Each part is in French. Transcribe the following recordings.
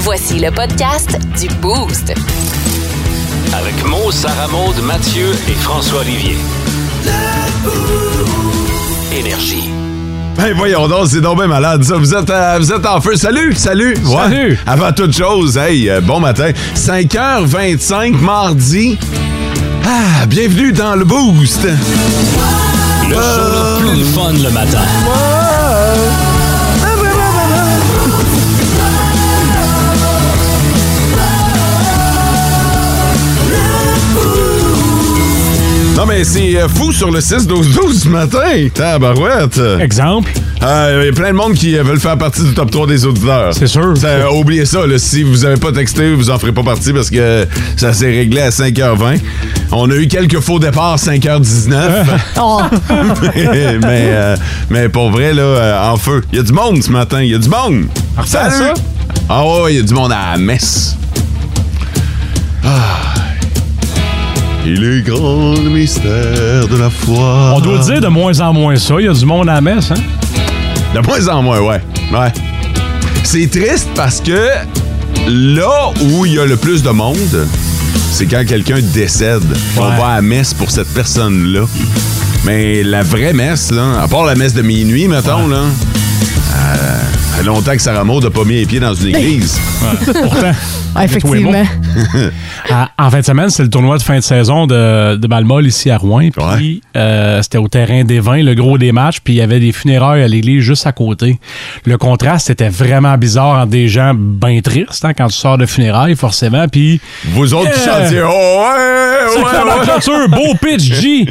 Voici le podcast du Boost. Avec Mo, Sarah Maud, Mathieu et François Olivier. Énergie. Ben voyons donc, c'est donc bien malade ça. Vous êtes, euh, vous êtes en feu. Salut, salut. Ouais. Salut. Avant toute chose, hey, euh, bon matin. 5h25, mardi. Ah, bienvenue dans le Boost. Le show le plus fun le matin. Non mais c'est euh, fou sur le 6-12-12 ce matin. Tabarouette. Exemple, Euh, Il y a plein de monde qui euh, veulent faire partie du top 3 des auditeurs. c'est sûr. Ça, euh, oubliez ça, là, si vous avez pas texté, vous en ferez pas partie parce que ça s'est réglé à 5h20. On a eu quelques faux départs à 5h19. Ah. mais, mais, euh, mais pour vrai, là, euh, en feu. Il y a du monde ce matin, il y a du monde. Parfait, ça. Ah ouais, il y a du monde à la messe. Ah. Il est grand le mystère de la foi. On doit dire de moins en moins ça. Il y a du monde à la messe, hein? De moins en moins, ouais. Ouais. C'est triste parce que là où il y a le plus de monde, c'est quand quelqu'un décède. On Ouais. va à la messe pour cette personne-là. Mais la vraie messe, là, à part la messe de minuit, mettons, là, euh, ça fait longtemps que Sarah Maud n'a pas mis les pieds dans une église. Pourtant. Ah, effectivement. À- en fin de semaine, c'est le tournoi de fin de saison de, de Balmol ici à Rouen. Puis euh, c'était au terrain des vins, le gros des matchs. Puis il y avait des funérailles à l'église juste à côté. Le contraste était vraiment bizarre entre des gens bien tristes hein, quand tu sors de funérailles, forcément. Puis. Vous autres qui Yeah! chantiez Oh ouais, C'est ouais, la ouais. clôture, beau pitch, G!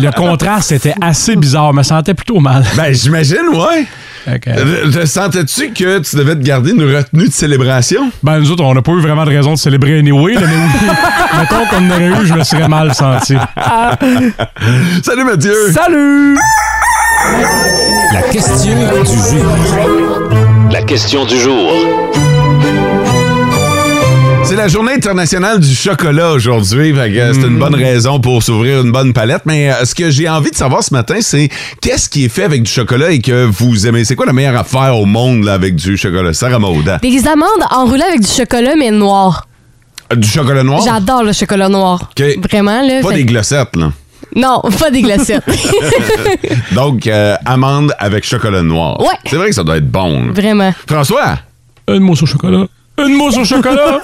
le contraste était assez bizarre. Je me sentais plutôt mal. Ben, j'imagine, ouais. Fait que, euh, Te- te Sentais-tu que tu devais te garder une retenue de célébration? ben, nous autres, on n'a pas eu vraiment de raison de célébrer anyway. Là, mais oui. mettons qu'on en aurait eu, je me serais mal senti. Salut Mathieu! Salut! La question du jour. La question du jour. C'est la journée internationale du chocolat aujourd'hui, fait que c'est une bonne Hmm. raison pour s'ouvrir une bonne palette. Mais euh, ce que j'ai envie de savoir ce matin, c'est qu'est-ce qui est fait avec du chocolat et que vous aimez. C'est quoi la meilleure affaire au monde là, avec du chocolat? Sarah Maud, hein? Des amandes enroulées avec du chocolat, mais noir. Euh, Du chocolat noir? J'adore le chocolat noir. OK. Vraiment, là. Pas fait- des glossettes, là. Non, pas des glacettes. Donc, euh, amande avec chocolat noir. Ouais. C'est vrai que ça doit être bon. là. Vraiment. François! Une mousse au chocolat. Une mousse au chocolat!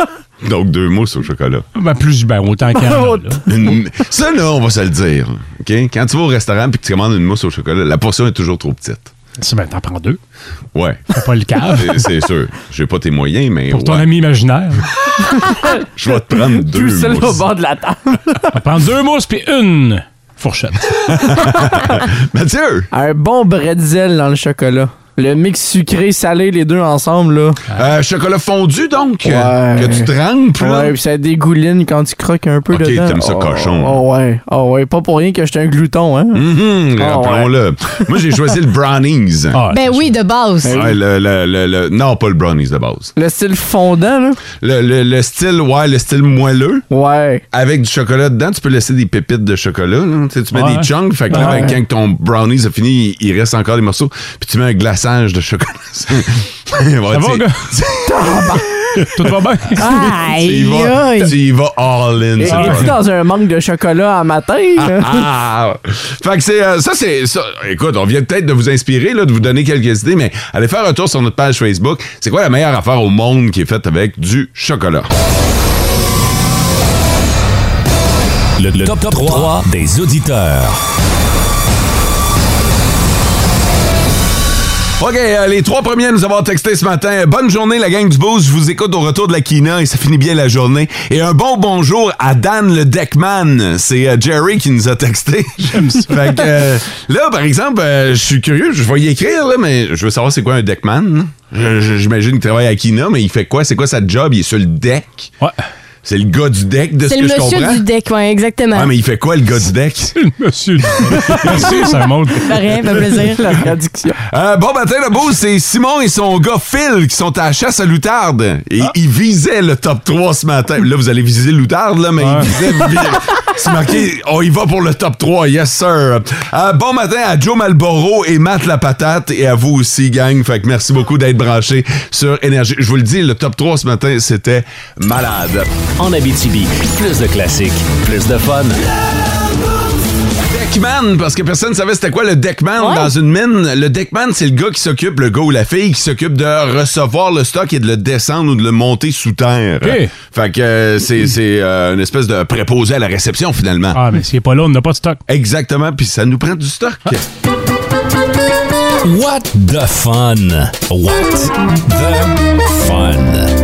Donc, deux mousses au chocolat. Ben, plus, ben, autant qu'il y en a, là. Une- Ça, là, on va se le dire. OK? Quand tu vas au restaurant et que tu commandes une mousse au chocolat, la portion est toujours trop petite. C'est ben, t'en prends deux. Ouais. Fais pas le cave. Ah, C'est- C'est sûr. J'ai pas tes moyens, mais Pour ton ouais, ami imaginaire. je vais te prendre deux. Plus seul au mousses. bord de la table. On prend deux mousses puis une fourchette. Mathieu! Un bon bretzel dans le chocolat. Le mix sucré-salé, les deux ensemble, là. Ah. euh, chocolat fondu, donc? Ouais. euh, Que tu trempes, là? Ouais, puis ça dégouline quand tu croques un peu Ok, dedans. t'aimes ça Oh, cochon. hein. Oh ouais, oh ouais. Pas pour rien que j'étais un glouton, hein. Mhm, Ah, rappelons-le. Moi, j'ai choisi le brownies. Ah, Ben oui, de base. Ouais, le, le- le- le- non, pas le brownies de base. Le style fondant, là. Le, le- le style, ouais, le style moelleux. Ouais. Avec du chocolat dedans, tu peux laisser des pépites de chocolat. là. Tu, sais, tu mets Ouais. des chunks, fait que là, Ouais. ben, quand ton brownies est fini, il il reste encore des morceaux. Puis tu mets un glaçage de chocolat. Ça va, gars? Tout va bien? Tu y Aïe, vas, aïe. tu y vas all in. Et c'est le es-tu fun. dans un manque de chocolat à matin? là? Ah! Fait que c'est. euh, ça, c'est. ça. Écoute, on vient peut-être de vous inspirer, là, de vous donner quelques idées, mais allez faire un tour sur notre page Facebook. C'est quoi la meilleure affaire au monde qui est faite avec du chocolat? Le, top, 3, des auditeurs. OK, euh, les trois premiers à nous avoir texté ce matin. euh, Bonne journée, la gang du Boost. Je vous écoute au retour de la Kina et ça finit bien la journée. Et un bon bonjour à Dan le Deckman. C'est euh, Jerry qui nous a texté. J'aime ça. Fait que, euh, là, par exemple, euh, je suis curieux. Je vais y écrire, là, mais je veux savoir c'est quoi un Deckman. Je- je- J'imagine qu'il travaille à Kina, mais il fait quoi? C'est quoi sa job? Il est sur le deck? Ouais. C'est le gars du deck, de ce C'est que le je monsieur comprends. du deck, ouais, exactement. Ouais, mais il fait quoi, le gars du deck? Monsieur. Merci, ça montre. Rien, fait plaisir. La traduction. Euh, bon matin, le beau, c'est Simon et son gars Phil qui sont à la chasse à l'outarde. Et ils visaient le top 3 ce matin. Là, vous allez viser l'outarde, là, mais Ouais. ils visaient... C'est marqué, on y va pour le top 3, yes sir. Euh, bon matin à Joe Malboro et Matt La Patate et à vous aussi, gang. Fait que merci beaucoup d'être branchés sur Énergie. Je vous le dis, le top 3 ce matin, c'était malade. En Abitibi, plus de classiques, plus de fun. Deckman, parce que personne ne savait c'était quoi le Deckman Ouais. dans une mine. Le Deckman, c'est le gars qui s'occupe, le gars ou la fille, qui s'occupe de recevoir le stock et de le descendre ou de le monter sous terre. Ok. Fait que euh, c'est c'est, euh, une espèce de préposé à la réception, finalement. Ah, mais s'il n'est pas là, on n'a pas de stock. Exactement, puis ça nous prend du stock. Ah. What the fun? What the fun?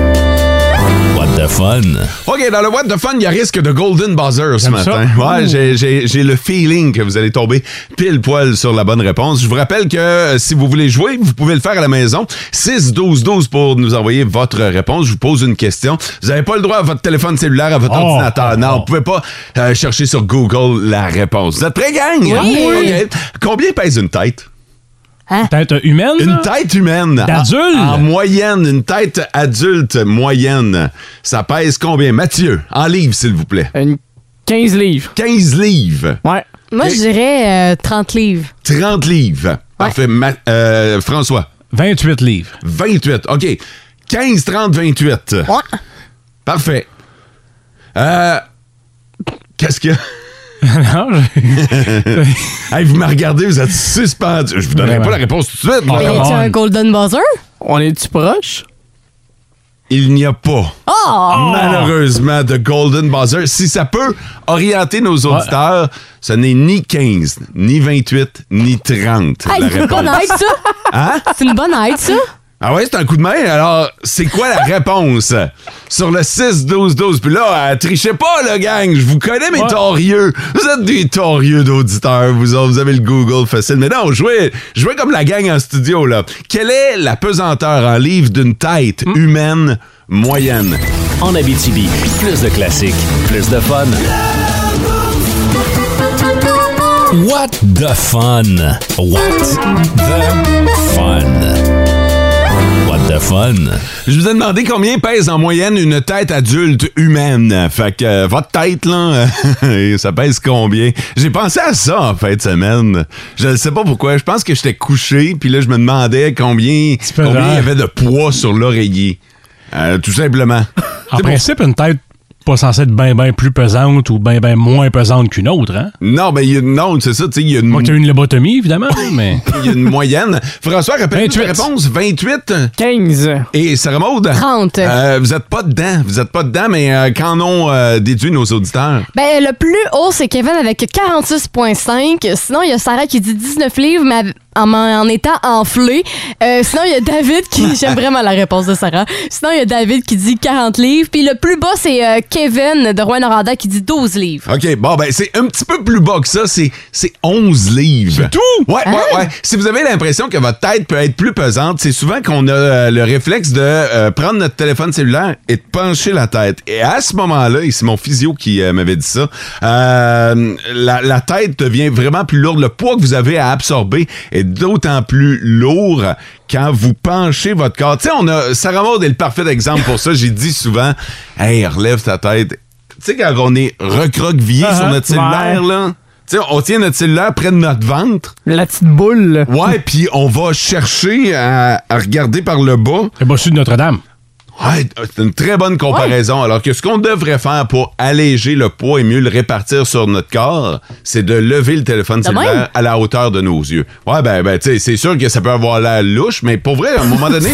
What the fun? OK, dans le What the Fun, il y a risque de Golden Buzzer ce J'aime matin. ça. Ouais, Ouh. j'ai- j'ai j'ai le feeling que vous allez tomber pile poil sur la bonne réponse. Je vous rappelle que euh, si vous voulez jouer, vous pouvez le faire à la maison. 6-12-12 pour nous envoyer votre réponse. Je vous pose une question. Vous n'avez pas le droit à votre téléphone cellulaire, à votre Oh. ordinateur. Non, Oh. vous pouvez pas euh, chercher sur Google la réponse. Vous êtes prêts, gang? Oui. OK. Combien pèse une tête? Hein? Tête humaine. Une là? tête humaine. Mmh. D'adulte? En, en moyenne, une tête adulte moyenne. Ça pèse combien? Mathieu, en livres, s'il vous plaît. Une 15 livres. 15 livres. Ouais. Moi, je dirais euh, 30 livres. 30 livres. Parfait. Ma- euh, François, 28 livres. 28. OK. 15, 30, 28. Parfait. Euh, Qu'est-ce que. non, j'ai- Hey, vous me regardez, vous êtes suspendu. Je vous donnerai Vraiment. pas la réponse tout de suite. là. come Mais y a on. Ben, un golden buzzer? On est-tu proche? Il n'y a pas, Ah, Oh! malheureusement, de Golden Buzzer. Si ça peut orienter nos auditeurs, ce n'est ni 15, ni 28, ni 30. Hey, la c'est une bonne réponse. aide, ça! Hein? C'est une bonne aide, ça! Ah ouais, c'est un coup de main. Alors, c'est quoi la réponse? Sur le 6-12-12. Puis là, euh, trichez pas, le gang. Je vous connais, mes Ouais. torieux. Vous êtes des torieux d'auditeurs. Vous, autres. vous avez le Google facile. Mais non, jouez, jouez comme la gang en studio, là. Quelle est la pesanteur en livre d'une tête humaine moyenne? En Abitibi, plus de classiques, plus de fun. What the fun? What the fun? What the fun? Je vous ai demandé combien pèse en moyenne une tête adulte humaine. Fait que euh, votre tête, là, ça pèse combien? J'ai pensé à ça en fin de semaine. Je ne sais pas pourquoi. Je pense que j'étais couché, puis là, je me demandais combien peux combien il y dire. avait de poids sur l'oreiller. Euh, tout simplement. En principe, une tête pas censée être bien, bien plus pesante ou bien, bien moins pesante qu'une autre, hein? Non, mais il y a- non, c'est ça, tu sais, il y a une, Moi, tu as eu une lobotomie, évidemment, mais. il y a une moyenne. François, répète la 28. réponse. 28 15. et Sarah Maud? 30. Euh, vous n'êtes pas dedans. Vous n'êtes pas dedans, mais euh, qu'en ont euh, déduit nos auditeurs? Ben, le plus haut, c'est Kevin avec 46,5. Sinon, il y a Sarah qui dit 19 livres, mais en, en étant enflé. Euh, sinon, il y a David qui. J'aime vraiment la réponse de Sarah. Sinon, il y a David qui dit 40 livres. Puis le plus bas, c'est euh, Kevin de Rouen-Noranda qui dit 12 livres. OK, bon, ben, c'est un petit peu plus bas que ça. C'est, c'est 11 livres. C'est tout? Hein? Ouais, ouais, ouais. Si vous avez l'impression que votre tête peut être plus pesante, c'est souvent qu'on a euh, le réflexe de euh, prendre notre téléphone cellulaire et de pencher la tête. Et à ce moment-là, et c'est mon physio qui euh, m'avait dit ça, euh, la, la tête devient vraiment plus lourde. Le poids que vous avez à absorber est d'autant plus lourd quand vous penchez votre corps. Tu sais, on a, Sarah Maud est le parfait exemple pour ça. J'ai dit souvent, hey, relève ta tête. Tu sais, quand on est recroquevillé Ah, sur notre ouais. cellulaire, là. Tu sais, on tient notre cellulaire près de notre ventre. La petite boule. là. Ouais, puis on va chercher à, à regarder par le bas. Le bossu de Notre-Dame. Ouais, c'est une très bonne comparaison. Alors que ce qu'on devrait faire pour alléger le poids et mieux le répartir sur notre corps, c'est de lever le téléphone cellulaire même? à la hauteur de nos yeux. Ouais, ben, ben, tu sais, c'est sûr que ça peut avoir la louche, mais pour vrai, à un moment donné,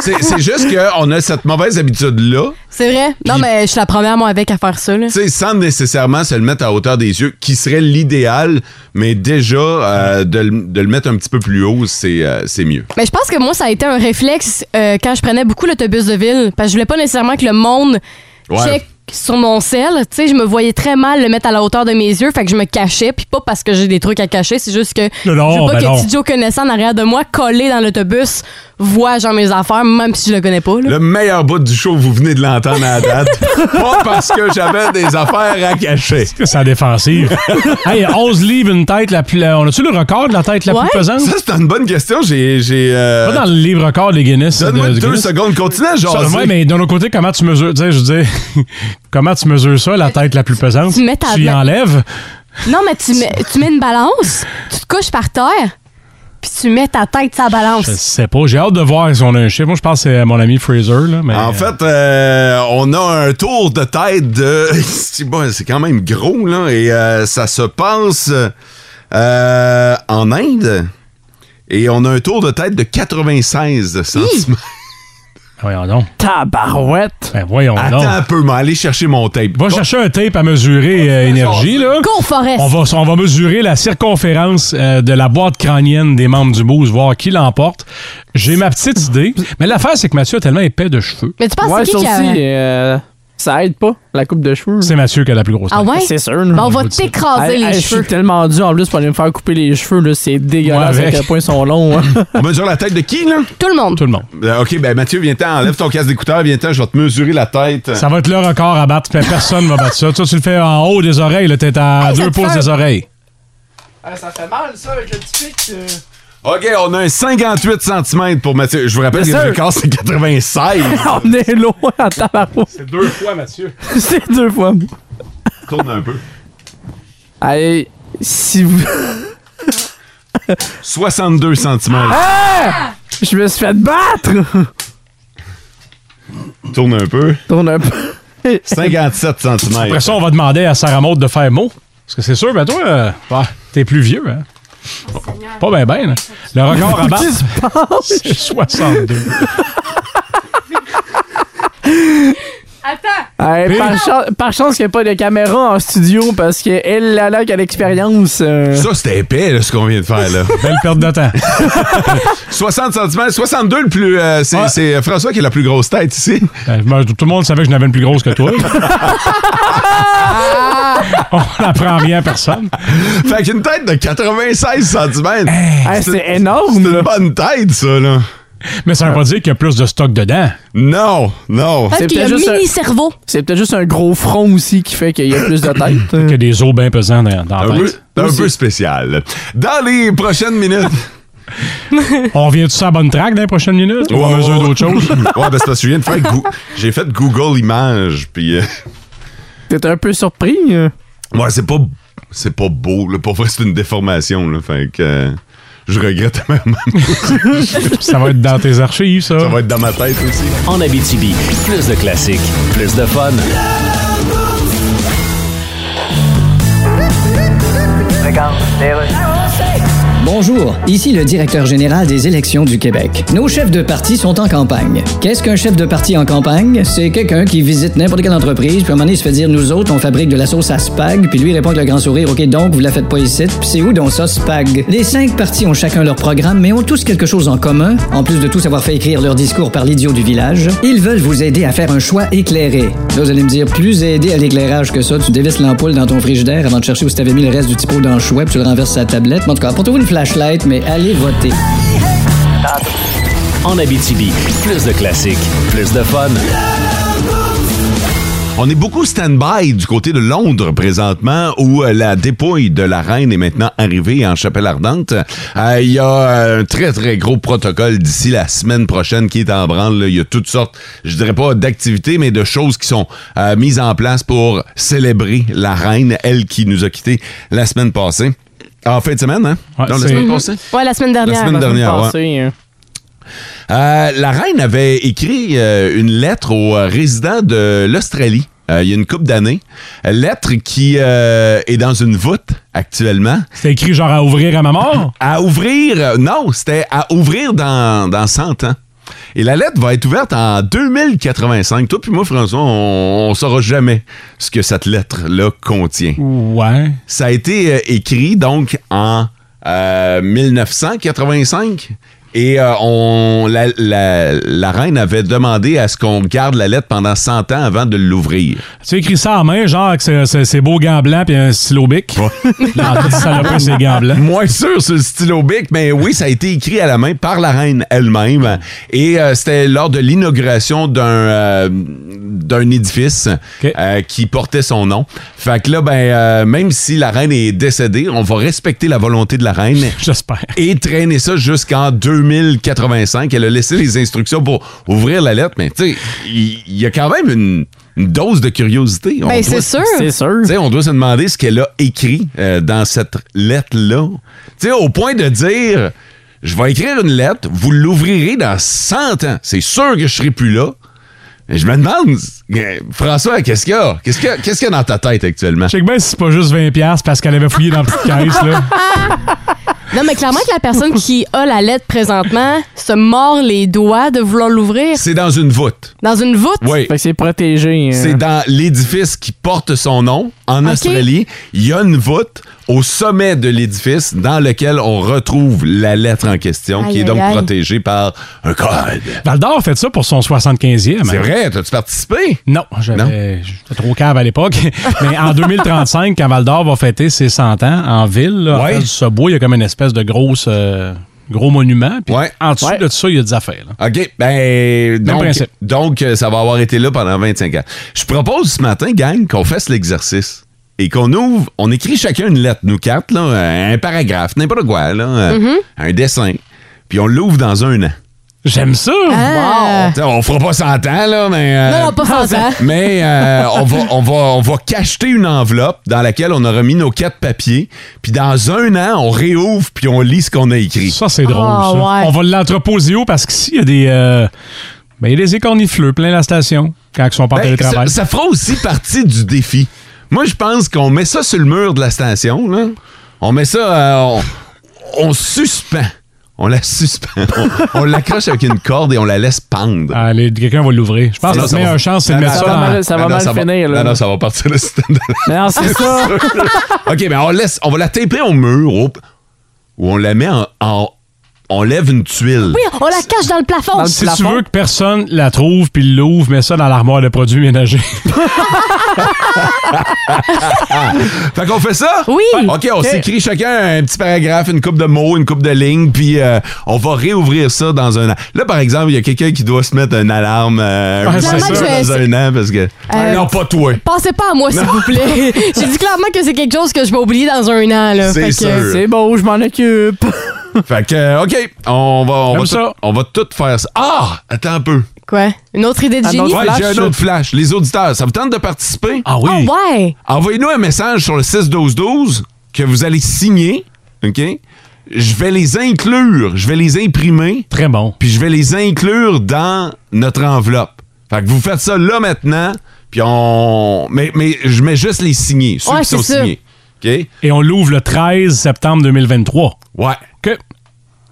c'est c'est juste qu'on a cette mauvaise habitude-là. C'est vrai? Non, Puis- mais je suis la première, moi, avec à faire ça. Là. Tu sais, sans nécessairement se le mettre à hauteur des yeux, qui serait l'idéal, mais déjà, euh, de, le- de le mettre un petit peu plus haut, c'est euh, c'est mieux. Mais je pense que moi, ça a été un réflexe euh, quand je prenais beaucoup l'autobus de ville. Parce que je voulais pas nécessairement que le monde Ouais. check sur mon sel. Tu sais, je me voyais très mal le mettre à la hauteur de mes yeux. Fait que je me cachais. Puis pas parce que j'ai des trucs à cacher. C'est juste que Non, je veux pas ben que non. Tidjo connaissant en arrière de moi collé dans l'autobus voit genre mes affaires, même si je le connais pas. là. Le meilleur bout du show, vous venez de l'entendre à la date. pas parce que j'avais des affaires à cacher. C'est en défensive. hey, 11 livres, une tête la plus. la- on a-tu le record de la tête la Ouais. plus pesante? Ça, c'est une bonne question. J'ai. j'ai, euh, Pas dans le livre record des Guinness. euh, Donne-moi de- de deux Guinness. secondes. Continue à Ça, jaser. ouais, mais d'un autre côté, comment tu mesures. Tu sais, je veux dire, comment tu mesures ça, la tête la plus pesante? Euh, Tu mets ta y main- enlèves? Non, mais tu mets, tu mets une balance, tu te couches par terre, puis tu mets ta tête sa Je balance. sais pas. J'ai hâte de voir si on a un chiffre. Moi, je pense que c'est euh, mon ami Fraser, là. Mais En fait, euh, on a un tour de tête de. C'est bon, c'est quand même gros, là. Et euh, ça se passe euh, en Inde. Et on a un tour de tête de 96 centimètres. euh, Voyons donc. Tabarouette! Ben, voyons Attends donc. un peu, mais aller chercher mon tape. Va chercher un tape à mesurer euh, énergie, là. Go, Forest! On va, on va mesurer la circonférence euh, de la boîte crânienne des membres du Boost, voir qui l'emporte. J'ai ma petite idée. Mais l'affaire, c'est que Mathieu a tellement épais de cheveux. Mais tu penses ouais, Ah, c'est hein. ça qui qui a... aussi, euh, ça aide pas, la coupe de cheveux. C'est Mathieu qui a la plus grosse tête. Ah ouais? C'est sûr. Ben, on je va vous dis ça. t'écraser Hey, les hey, Je cheveux. suis tellement dû en plus pour aller me faire couper les cheveux, là, c'est dégueulasse Moi à avec. quel point ils sont longs. hein. On mesure la tête de qui, là? Tout le monde. Tout le monde. Ben, OK, ben Mathieu, viens-t'en, enlève ton casque d'écouteur, viens-t'en, je vais te mesurer la tête. Ça va être le record à battre. mais Personne va battre ça. Toi, tu le fais en haut des oreilles. là. T'es à Hey, Ah, ça deux te pouces fait- des oreilles. ça fait mal, ça, avec le petit pic. OK, on a un 58 cm pour Mathieu. Je vous rappelle Yes, que le sir. record, c'est 96. On est loin à tabarouette. C'est deux fois, Mathieu. C'est deux fois. Tourne un peu. Allez, si vous... 62 cm. Ah! Je me suis fait battre! Ah! Tourne un peu. Tourne un peu. 57 cm. Après ça, on va demander à Sarah Maud de faire mot. Parce que c'est sûr, ben toi, euh, bah, t'es plus vieux, hein? Pas bien, ben. là. Le record à battre, Qu'est-ce qui se passe? c'est 62. Hey, Puis- par, chan- par chance qu'il n'y a pas de caméra en studio parce que elle là là qui a l'expérience. euh, Ça, c'était épais, là, ce qu'on vient de faire, là. Belle perte de temps. 60 cm, 62 le plus. euh, c'est Ouais. c'est François qui a la plus grosse tête ici. Ben, ben, tout le monde savait que je n'avais une plus grosse que toi. on n'apprend rien à personne. Fait qu'une tête de 96 cm. hey, c'est C'est énorme une là. bonne tête, ça, là. Mais ça veut pas dire qu'il y a plus de stock dedans. Non, non. Peut-être C'est qu'il y a un peut-être juste un- mini-cerveau. C'est peut-être juste un gros front aussi qui fait qu'il y a plus de Il y a tête. des os bien pesants dans, dans la Un peu, tête. un peu spécial. Dans les prochaines minutes. On revient-tu sur la bonne track dans les prochaines minutes? ou Oh. on mesure d'autres choses? ouais, ben c'est parce que je viens de faire Goo- j'ai fait Google Images, puis euh, T'es un peu surpris. euh. ouais, c'est pas c'est pas beau, là. Pour vrai, c'est une déformation, là. Fait que euh, je regrette amèrement. Ça va être dans tes archives, ça. Ça va être dans ma tête aussi. En Abitibi, plus de classiques, plus de fun. Bonjour, ici le directeur général des élections du Québec. Nos chefs de parti sont en campagne. Qu'est-ce qu'un chef de parti en campagne? C'est quelqu'un qui visite n'importe quelle entreprise, puis à un moment donné, il se fait dire, nous autres, on fabrique de la sauce à spag, puis lui il répond avec le grand sourire, OK, donc, vous la faites pas ici, puis c'est où donc ça, spag? Les cinq partis ont chacun leur programme, mais ont tous quelque chose en commun, en plus de tous avoir fait écrire leur discours par l'idiot du village. Ils veulent vous aider à faire un choix éclairé. Là, vous allez me dire, plus aider à l'éclairage que ça, tu dévisses l'ampoule dans ton frigidaire avant de chercher où tu avais mis le reste du petit pot dans le chouette, puis tu le renverses sur la tablette. Mais En tout cas, apportez-vous une flashlight, mais allez voter. En Abitibi, plus de classiques, plus de fun. On est beaucoup stand-by du côté de Londres présentement où euh, la dépouille de la reine est maintenant arrivée en chapelle ardente. Euh, Il y a euh, un très très gros protocole d'ici la semaine prochaine qui est en branle. là. Il y a toutes sortes, je dirais pas d'activités, mais de choses qui sont euh, mises en place pour célébrer la reine, elle qui nous a quittés la semaine passée. En fin de semaine, hein? Ouais, Non, la c'est- semaine passée. Ouais, la semaine dernière. semaine ouais. dernière, ouais. Pensez, euh, Euh, la reine avait écrit euh, une lettre aux euh, résidents de l'Australie euh, il y a une couple d'années. Lettre qui euh, est dans une voûte actuellement. C'était écrit genre à ouvrir à ma mort. À ouvrir, euh, non, c'était à ouvrir dans, dans 100 ans. Et la lettre va être ouverte en 2085. Toi puis moi, François, on, on saura jamais ce que cette lettre-là contient. Ouais. Ça a été euh, écrit donc en euh, 1985 Et euh, on, la, la- la reine avait demandé à ce qu'on garde la lettre pendant 100 ans avant de l'ouvrir. Tu écris ça en main, genre, que c'est- c'est c'est beau gants blancs puis un stylo bic. Là, en fait, ça l'a pas ses gants blancs. Moins sûr sur le stylo bic, mais oui, ça a été écrit à la main par la reine elle-même. Et euh, c'était lors de l'inauguration d'un euh, d'un édifice euh, qui portait son nom. Fait que là, ben, euh, même si la reine est décédée, on va respecter la volonté de la reine. J'espère. Et traîner ça jusqu'en 2085. Elle a laissé les instructions pour ouvrir la lettre, mais tu sais, il il y a quand même une, une dose de curiosité. On Ben, c'est doit- sûr. C'est sûr. Tu sais, on doit se demander ce qu'elle a écrit euh, dans cette lettre-là. Tu sais, au point de dire, je vais écrire une lettre, vous l'ouvrirez dans 100 ans. C'est sûr que je serai plus là. Mais je me demande, euh, François, qu'est-ce qu'il y a? Qu'est-ce qu'il y a- qu'est-ce qu'il y a dans ta tête actuellement? Check bien si c'est pas juste 20$ parce qu'elle avait fouillé dans la petite caisse, là. Non, mais clairement que la personne qui a la lettre présentement se mord les doigts de vouloir l'ouvrir C'est dans une voûte. dans une voûte. Oui. Fait que c'est protégé. hein. C'est dans l'édifice qui porte son nom, en Ok. Australie. Il y a une voûte au sommet de l'édifice dans lequel on retrouve la lettre en question, Aïe, qui est aïe, donc aïe. protégée par un code. Valdor fait ça pour son 75e. C'est hein. vrai, as-tu participé? Non, j'avais- j'étais trop cave à l'époque. Mais en 2035, quand Val d'Or va fêter ses 100 ans en ville, là, en Ouais. face du Subway, il y a comme une espèce de grosse, euh, gros monument. Puis Ouais. en dessous Ouais. de ça, il y a des affaires. là. OK, ben donc, principe. donc euh, ça va avoir été là pendant 25 ans. Je propose ce matin, gang, qu'on fasse l'exercice et qu'on ouvre, on écrit chacun une lettre, nous quatre, là, un paragraphe, n'importe quoi, là, euh, Mhm. un dessin, puis on l'ouvre dans un an. J'aime ça! Ah. T'sais, On fera pas 100 ans, là, mais... euh, Non, non, pas 100 ans. Mais euh, on, va, on, va, on va cacheter une enveloppe dans laquelle on aura mis nos quatre papiers. Puis dans un an, on réouvre puis on lit ce qu'on a écrit. Ça, c'est drôle. Ah, ça. ouais. On va l'entreposer haut parce qu'ici, il y a des. euh, ben, il y a des écornifleux plein la station quand ils sont pas en Ben, ça, télétravail. ça fera aussi partie du défi. Moi, je pense qu'on met ça sur le mur de la station. Là. On met ça... euh, on, on suspend. On la suspend. On, on l'accroche avec une corde et on la laisse pendre. Ah, les- Quelqu'un va l'ouvrir. Je Ah, pense que non, la ça va- meilleure chance, c'est de Non, mettre non, ça ça va dans. mal- ça va Non, non, mal finir, là. Non, non, ça va partir le système de Mais non, c'est ça. OK, mais on laisse, on va la taper au mur au- ou on la met en, en- on lève une tuile. Oui, on la cache dans le plafond. Dans le Si tu plafond. veux que personne la trouve puis l'ouvre, mets ça dans l'armoire de produits ménagers. Fait qu'on fait ça? Oui. Ouais, OK, on s'écrit chacun un petit paragraphe, une coupe de mots, une coupe de lignes, puis euh, on va réouvrir ça dans un an. Là, par exemple, il y a quelqu'un qui doit se mettre une alarme euh, un Ouais, réveil c'est dans Ah, ça. un an parce que. Euh, non, pas toi. Pensez pas à moi, s'il vous plaît. J'ai dit clairement que c'est quelque chose que je vais oublier dans un an. là. C'est Fait que- sûr. C'est beau, je m'en occupe. Fait que, euh, OK, on va, on, Comme va ça. tout, on va tout faire ça. Ah! Attends un peu. Quoi? Une autre idée de Un génie? autre- Ouais, Flash. j'ai un autre flash. Les auditeurs, ça vous tente de participer? Ah oui! Ah ouais! Envoyez-nous un message sur le 6-12-12 que vous allez signer, OK? Je vais les inclure, je vais les imprimer, Très bon. puis je vais les inclure dans notre enveloppe. Fait que vous faites ça là maintenant, puis on... Mais, mais je mets juste les signés, ceux Ouais, qui sont c'est ça. signés. OK? Et on l'ouvre le 13 septembre 2023. Ouais. Que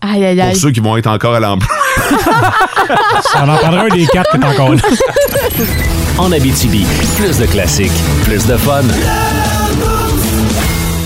Aïe, aïe, Pour aïe. ceux qui vont être encore à l'emploi. ça en prendra un des quatre qui est encore là. En Abitibi, plus de classiques, plus de fun.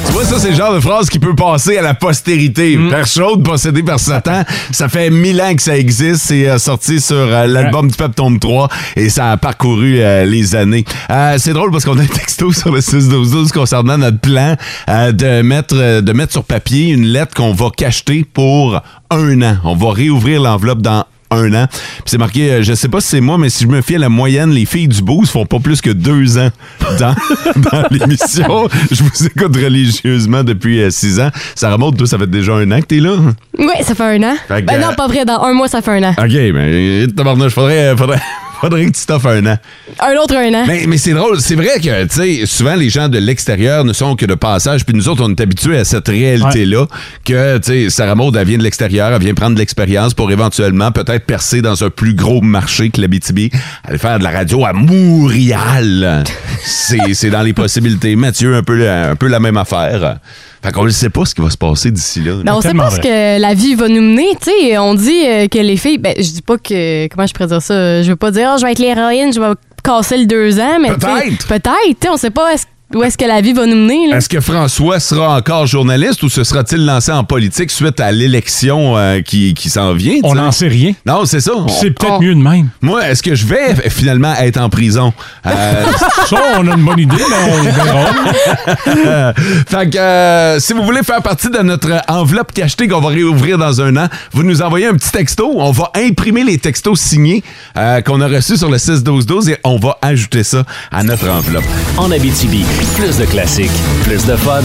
Tu vois, ça, c'est le genre de phrase qui peut passer à la postérité. Père chaude, possédé par Satan, ça fait mille ans que ça existe. C'est euh, sorti sur euh, l'album du Pape Tombe 3 et ça a parcouru euh, les années. Euh, c'est drôle parce qu'on a un texto sur le 6-12-12 concernant notre plan euh, de, mettre, euh, de mettre sur papier une lettre qu'on va cacheter pour un an. On va réouvrir l'enveloppe dans un an. Puis c'est marqué, euh, je sais pas si c'est moi, mais si je me fie à la moyenne, les filles du Boost font pas plus que deux ans dans, dans l'émission. Je vous écoute religieusement depuis euh, six ans. Ça remonte, toi, ça fait déjà un an que t'es là. Oui, ça fait un an. Fait que, Ben euh, non, pas vrai. Dans un mois, ça fait un an. OK, mais tabarnouche, faudrait, euh, faudrait, faudrait que tu t'offres un an. Un autre un an. Mais, mais c'est drôle, c'est vrai que, tu sais, souvent les gens de l'extérieur ne sont que de passage, puis nous autres, on est habitués à cette réalité-là, que, tu sais, Sarah Maud, elle vient de l'extérieur, elle vient prendre de l'expérience pour éventuellement peut-être percer dans un plus gros marché que l'Abitibi, aller faire de la radio à Montréal. c'est c'est dans les possibilités. Mathieu, un peu, un peu la même affaire. Fait qu'on ne sait pas ce qui va se passer d'ici là. Ben, on sait tellement pas ce que la vie va nous mener, tu sais. On dit euh, que les filles, ben, je dis pas que, comment je pourrais dire Ah, ça, je veux pas dire, oh, je vais être l'héroïne, je vais casser le deux ans, mais tu sais, Peut-être. Peut-être, tu sais, on sait pas est-ce Où est-ce que la vie va nous mener? Là? Est-ce que François sera encore journaliste ou se sera-t-il lancé en politique suite à l'élection euh, qui, qui s'en vient? tu On sais? n'en sait rien. Non, c'est ça. On- C'est peut-être on- mieux de même. Moi, est-ce que je vais euh, finalement être en prison? Euh, Ça, on a une bonne idée, mais on verra. fait que euh, si vous voulez faire partie de notre enveloppe cachetée qu'on va réouvrir dans un an, vous nous envoyez un petit texto. On va imprimer les textos signés euh, qu'on a reçus sur le 6-12-12 et on va ajouter ça à notre enveloppe. En Abitibi, plus de classiques, plus de fun.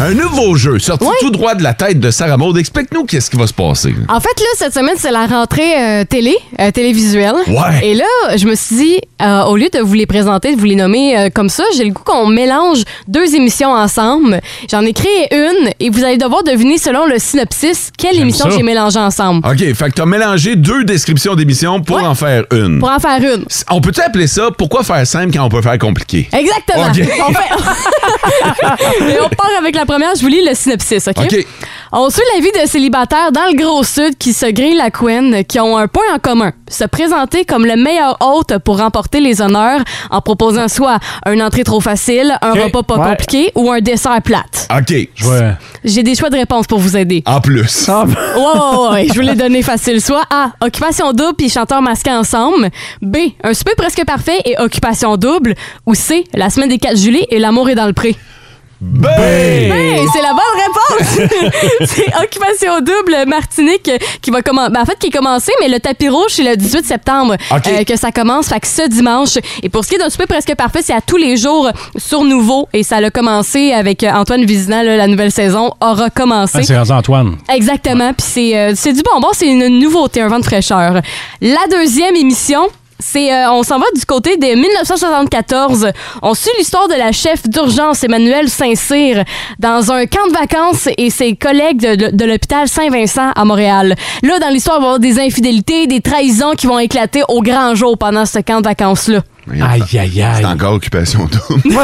Un nouveau jeu sorti Oui. tout droit de la tête de Sarah Maud. Explique-nous qu'est-ce qui va se passer. En fait, là, cette semaine, c'est la rentrée euh, télé, euh, télévisuelle. Ouais. Et là, je me suis dit, euh, au lieu de vous les présenter, de vous les nommer euh, comme ça, j'ai le goût qu'on mélange deux émissions ensemble. J'en ai créé une et vous allez devoir deviner selon le synopsis quelle émission ça. j'ai mélangée ensemble. OK, fait que t'as mélangé deux descriptions d'émissions pour Ouais. en faire une. Pour en faire une. S- On peut-tu appeler ça « Pourquoi faire simple quand on peut faire compliqué? Exactement. Ok. On, fait- Et on part avec la première. Je vous lis le synopsis, OK? Ok. On suit la vie de célibataires dans le Gros Sud qui se grillent la couenne, qui ont un point en commun. Se présenter comme le meilleur hôte pour remporter les honneurs en proposant soit un entrée trop facile, un Ok. repas pas Ouais. compliqué ou un dessert plate. ». OK, Je ah, vais- J'ai des choix de réponses pour vous aider. en plus. Ah, Ouais, ouais, ouais, je vous l'ai donné facile. Soit A, occupation double puis chanteur masqué ensemble. B, un souper presque parfait et occupation double. Ou C, la semaine des 4 juillet et l'amour est dans le pré. Ben! Hey, c'est la bonne réponse! c'est occupation double Martinique qui va commencer. en fait, qui est commencé, mais le tapis rouge, c'est le 18 septembre OK. euh, que ça commence. Fait que ce dimanche. Et pour ce qui est d'un souper presque parfait, c'est à tous les jours sur Nouveau. Et ça a commencé avec euh, Antoine Vizina, là, la nouvelle saison aura commencé. Ah, c'est rendu Antoine. Exactement. Puis c'est, euh, c'est du bonbon, c'est une nouveauté, un vent de fraîcheur. La deuxième émission, c'est euh, on s'en va du côté de 1974. On suit l'histoire de la chef d'urgence Emmanuelle Saint-Cyr dans un camp de vacances et ses collègues de, de- de l'hôpital Saint-Vincent à Montréal. Là, dans l'histoire, on va avoir des infidélités, des trahisons qui vont éclater au grand jour pendant ce camp de vacances-là. Aïe, aïe, C'est aïe. encore occupation double.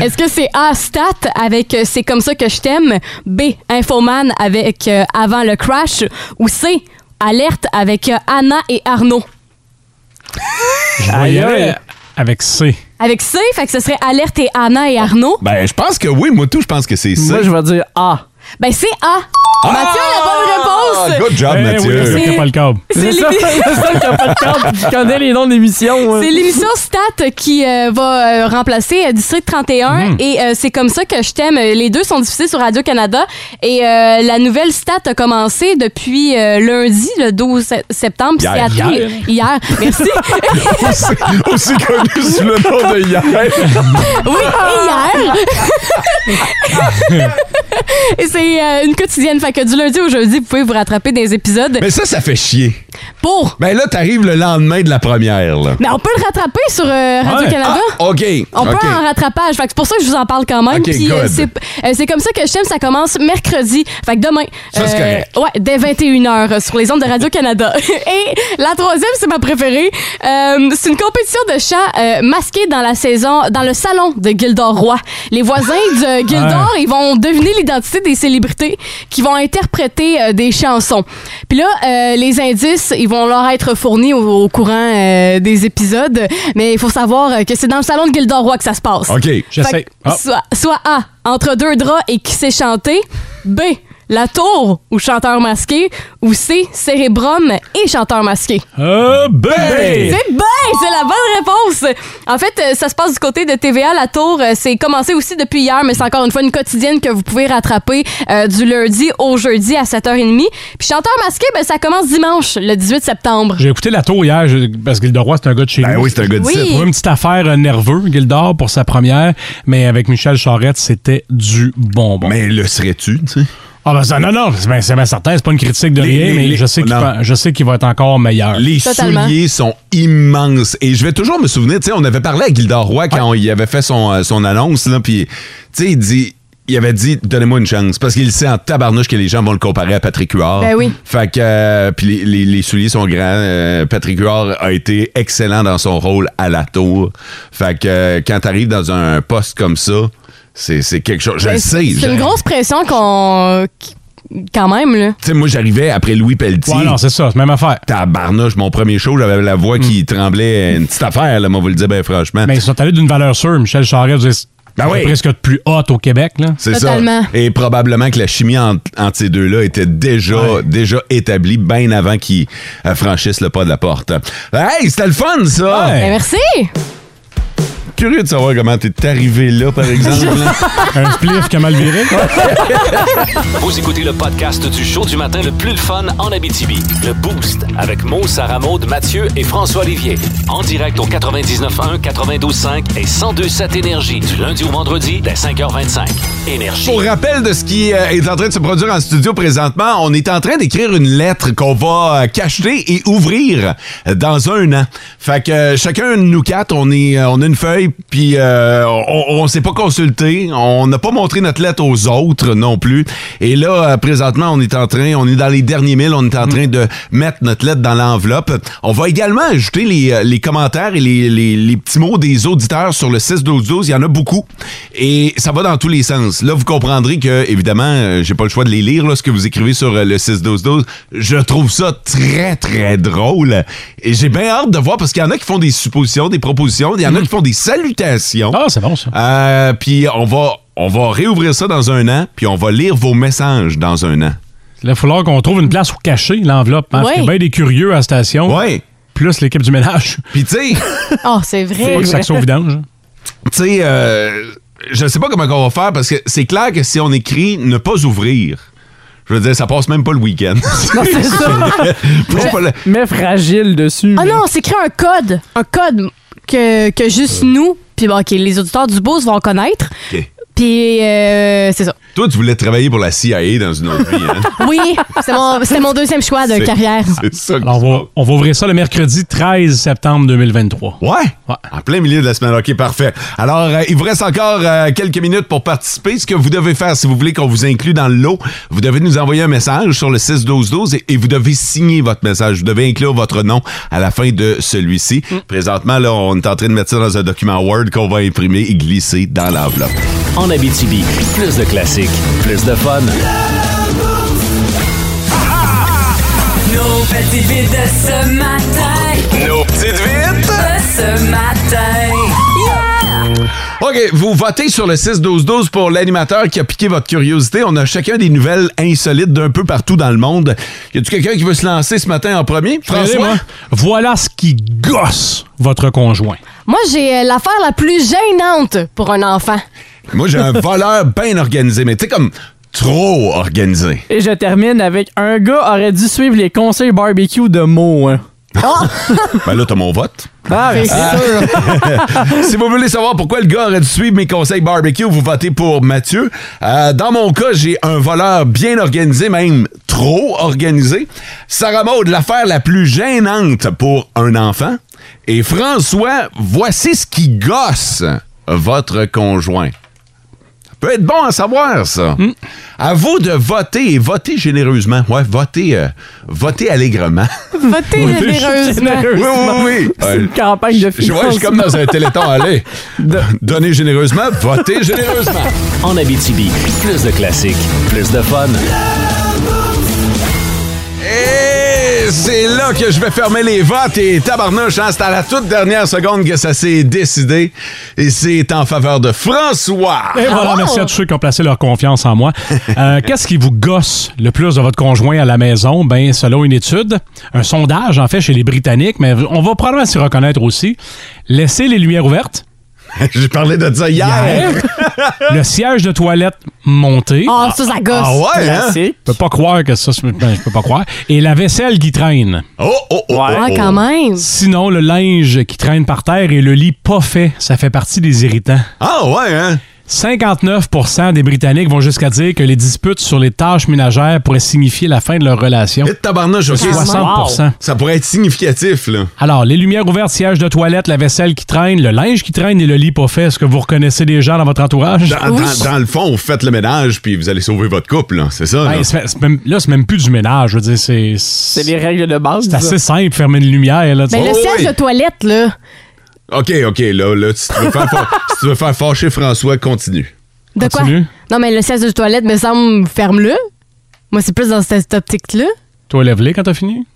Est-ce que c'est A, Stat avec euh, C'est comme ça que je t'aime, B, Infoman avec euh, Avant le crash, ou C, Alerte avec euh, Anna et Arnaud? Je Aïe, voyais aïe. avec C. Avec C, fait que ce serait Alerte et Anna et Arnaud. Ah, ben, je pense que oui, moi tout, je pense que c'est ça. moi, je vais dire A. Ben, c'est A. Ah! Mathieu, la bonne réponse! Ah, Good job, Eh Mathieu. oui, c'est C'est- pas le câble. C'est C'est ça, l'émi- c'est ça qui a pas de carte, puis qui connaît les noms d'émissions. hein. c'est l'émission Stat qui euh, va euh, remplacer euh, District Mm. 31 et euh, c'est comme ça que je t'aime. Les deux sont diffusés sur Radio-Canada et euh, la nouvelle Stat a commencé depuis euh, lundi, le 12 se- septembre. puis Hier. c'est à tous les- Hier. Merci. Aussi connu sous le nom de hier. Oui, et hier. Et c'est euh, une quotidienne. Fait que du lundi au jeudi, vous pouvez vous rattraper des épisodes Mais ça, ça fait chier. pour. Ben là, t'arrives le lendemain de la première, là. Mais on peut le rattraper sur euh, Radio-Canada. OK. On OK. peut en rattrapage. Fait que c'est pour ça que je vous en parle quand même. Ok, Puis, euh, good. c'est euh, c'est comme ça que je t'aime. Ça commence mercredi. Fait que demain. euh, Ça, c'est correct. Ouais, dès 21h euh, sur les ondes de Radio-Canada. Et la troisième, c'est ma préférée. Euh, c'est une compétition de chats euh, masqués dans la saison, dans le salon de Gildor Roy. Les voisins de Gildor, ils vont deviner l'identité des célébrités qui vont interpréter euh, des chansons. Puis là, euh, les indices, ils vont leur être fournis au, au courant euh, des épisodes. Mais il faut savoir euh, que c'est dans le salon de Gildor Roy que ça se passe. OK. Fait J'essaie. que Ah, Soit, soit A, entre deux draps et qui sait chanter. B, la tour ou chanteur masqué. Ou C, cérébrum et chanteur masqué. Euh, C'est ben! bien, c'est la bonne réponse. En fait, euh, ça se passe du côté de TVA. La tour, euh, c'est commencé aussi depuis hier, mais c'est encore une fois une quotidienne que vous pouvez rattraper euh, du lundi au jeudi à 7h30. Puis chanteur masqué, ben, ça commence dimanche, le 18 septembre. J'ai écouté la tour hier je- parce que Gildor Roy, c'est un gars de chez Ben nous. oui, c'est un gars de Oui. site. Pour une petite affaire euh, nerveux, Gildor, pour sa première, mais avec Michel Charette, c'était du bonbon. Mais le serais-tu, tu sais? Ah ben ça, non, non, c'est bien c'est bien certain, c'est pas une critique de Les- rien, les- mais les- je sais qu'il non. pen- je sais qu'il va être encore meilleur. Les Totalement. souliers sont immenses. Et je vais toujours me souvenir, tu sais, on avait parlé à Gildor Roy quand il avait fait son, euh, son annonce, là, puis, tu sais, il dit... Il avait dit, donnez-moi une chance, parce qu'il sait en tabarnouche que les gens vont le comparer à Patrick Huard. Ben oui. Fait que, euh, puis les, les- les souliers sont grands. Euh, Patrick Huard a été excellent dans son rôle à la tour. Fait que, euh, quand t'arrives dans un poste comme ça, c'est c'est quelque chose. Je le sais. Ben, C'est je- une grosse pression qu'on quand même, là. Tu sais, moi, j'arrivais après Louis Pelletier. Ouais, non, c'est ça, c'est même affaire. Tabarnouche, mon premier show, j'avais la voix qui tremblait. Une petite affaire, là, moi, vous le dire, ben franchement. Hmm. Mais ils sont allés d'une valeur sûre. Michel Charest, vous êtes- Ben oui. c'est presque de plus haute au Québec. Là. C'est ça. Totalement. Et probablement que la chimie en- entre ces deux-là était déjà, déjà établie bien avant qu'ils euh, franchissent le pas de la porte. Hey, c'était le fun, ça! Ouais. Ben, merci! Curieux de savoir comment t'es arrivé là, par exemple. hein. là. Un spliff qui a mal viré. Vous écoutez le podcast du show du matin le plus le fun en Abitibi. Le Boost avec Mo, Sarah Maud, Mathieu et François Olivier. En direct au 99.1, 92.5 et 102.7 Énergie du lundi au vendredi dès 5h25. Énergie. Pour rappel de ce qui euh, est en train de se produire en studio présentement, on est en train d'écrire une lettre qu'on va euh, cacheter et ouvrir euh, dans un an. Fait que euh, chacun de nous quatre, on est, euh, on a une feuille, puis euh, on, on s'est pas consulté, on n'a pas montré notre lettre aux autres non plus. Et là, euh, présentement, on est en train, on est dans les derniers milles, on est en train de mettre notre lettre dans l'enveloppe. On va également ajouter les, euh, les commentaires et les, les- les petits mots des auditeurs sur le 6-12-12. Il y en a beaucoup. Et ça va dans tous les sens. Là, vous comprendrez que, évidemment, euh, j'ai pas le choix de les lire, là, ce que vous écrivez sur euh, le 6-12-12. Je trouve ça très, très drôle. Et j'ai bien hâte de voir parce qu'il y en a qui font des suppositions, des propositions. Il y en a qui font des salutations. Ah, c'est bon, ça. Euh, puis on va, on va réouvrir ça dans un an, puis on va lire vos messages dans un an. Il va falloir qu'on trouve une place où cacher l'enveloppe. hein, Parce Ouais. qu'il y a bien des curieux à la station, Ouais. plus l'équipe du ménage. Puis tu sais, Oh, c'est vrai. Pas le saxo vidange. hein. tu sais, euh, je sais pas comment on va faire parce que c'est clair que si on écrit ne pas ouvrir, je veux dire, ça passe même pas le week-end. Non, c'est ça. Pas- pas le- Mais fragile dessus. Ah là. non, on s'écrit un code. Un code que, que Euh. juste nous, puis bon, OK, les auditeurs du Boost vont connaître. OK. Puis, euh, c'est ça. Toi, tu voulais travailler pour la CIA dans une autre vie, hein? Oui, c'est mon, c'est mon deuxième choix de C'est- carrière. C'est ça. que- Alors, on va, on va ouvrir ça le mercredi 13 septembre 2023. Ouais. Ouais. En plein milieu de la semaine. OK, parfait. Alors, euh, il vous reste encore euh, quelques minutes pour participer. Ce que vous devez faire, si vous voulez qu'on vous inclue dans le lot, vous devez nous envoyer un message sur le 6-12-12 et, et vous devez signer votre message. Vous devez inclure votre nom à la fin de celui-ci. Présentement, là, on est en train de mettre ça dans un document Word qu'on va imprimer et glisser dans l'enveloppe. En Abitibi, plus de classiques, plus de fun. Nos petites vites de ce matin, Nos petites vites. de ce matin. OK, vous votez sur le 6-12-12 pour l'animateur qui a piqué votre curiosité. On a chacun des nouvelles insolites d'un peu partout dans le monde. Y a-tu quelqu'un qui veut se lancer ce matin en premier? François? Voilà ce qui gosse votre conjoint. Moi, j'ai euh, l'affaire la plus gênante pour un enfant. Moi, j'ai un voleur bien organisé, mais tu sais, comme trop organisé. Et je termine avec un gars aurait dû suivre les conseils barbecue de Mo. hein. Ben là, t'as mon vote. Ah, mais si vous voulez savoir pourquoi le gars aurait dû suivre mes conseils barbecue, vous votez pour Mathieu. Euh, dans mon cas, j'ai un voleur bien organisé, même trop organisé. Sarah Maud, l'affaire la plus gênante pour un enfant. Et François, voici ce qui gosse votre conjoint. Ça peut être bon à savoir, ça. À vous de voter et voter généreusement. Ouais, votez, euh, votez allègrement. Votez généreusement. oui, oui. C'est une Euh, campagne de je, ouais, je finances. suis comme dans un téléthon. Allez, donnez généreusement, votez généreusement. En Abitibi, plus de classiques, plus de fun. Et Eh, c'est là que je vais fermer les votes. Et tabarnouche, hein, c'est à la toute dernière seconde que ça s'est décidé. Et c'est en faveur de François. Et voilà, merci à tous ceux qui ont placé leur confiance en moi. Euh, Qu'est-ce qui vous gosse le plus de votre conjoint à la maison? Ben, selon une étude, un sondage, en fait, chez les Britanniques, mais on va probablement s'y reconnaître aussi. Laissez les lumières ouvertes, J'ai parlé de ça hier. le siège de toilette monté. Oh, ça, ça gosse. Ah ouais, hein? Classique. Je peux pas croire que ça, c'est- ben, je peux pas croire. Et la vaisselle qui traîne. Oh, oh, oh. Ah, oh, oh. quand même. Sinon, le linge qui traîne par terre et le lit pas fait, ça fait partie des irritants. Ah ouais, hein? 59 des Britanniques vont jusqu'à dire que les disputes sur les tâches ménagères pourraient signifier la fin de leur relation. Et tabarnouche, ok. 60 Ça pourrait être significatif, là. Alors, les lumières ouvertes, siège de toilette, la vaisselle qui traîne, le linge qui traîne et le lit pas fait. Est-ce que vous reconnaissez des gens dans votre entourage? Dans, dans- dans le fond, vous faites le ménage, puis vous allez sauver votre couple, là. C'est ça, là? Ben, c'est- c'est même- là, c'est même plus du ménage. Je veux dire, c'est. C'est C'est les règles de base. ça. assez simple, fermer une lumière. Là, tu Mais sais. Ben, le Oh, siège oui. de toilette, là, OK, OK, là, là, si tu veux faire, fa- si tu veux faire fâcher François, continue. de Continue. quoi? Non, mais le siège de toilette, me semble, ferme-le. Moi, c'est plus dans cette optique-là. Toi, lève-les quand t'as fini.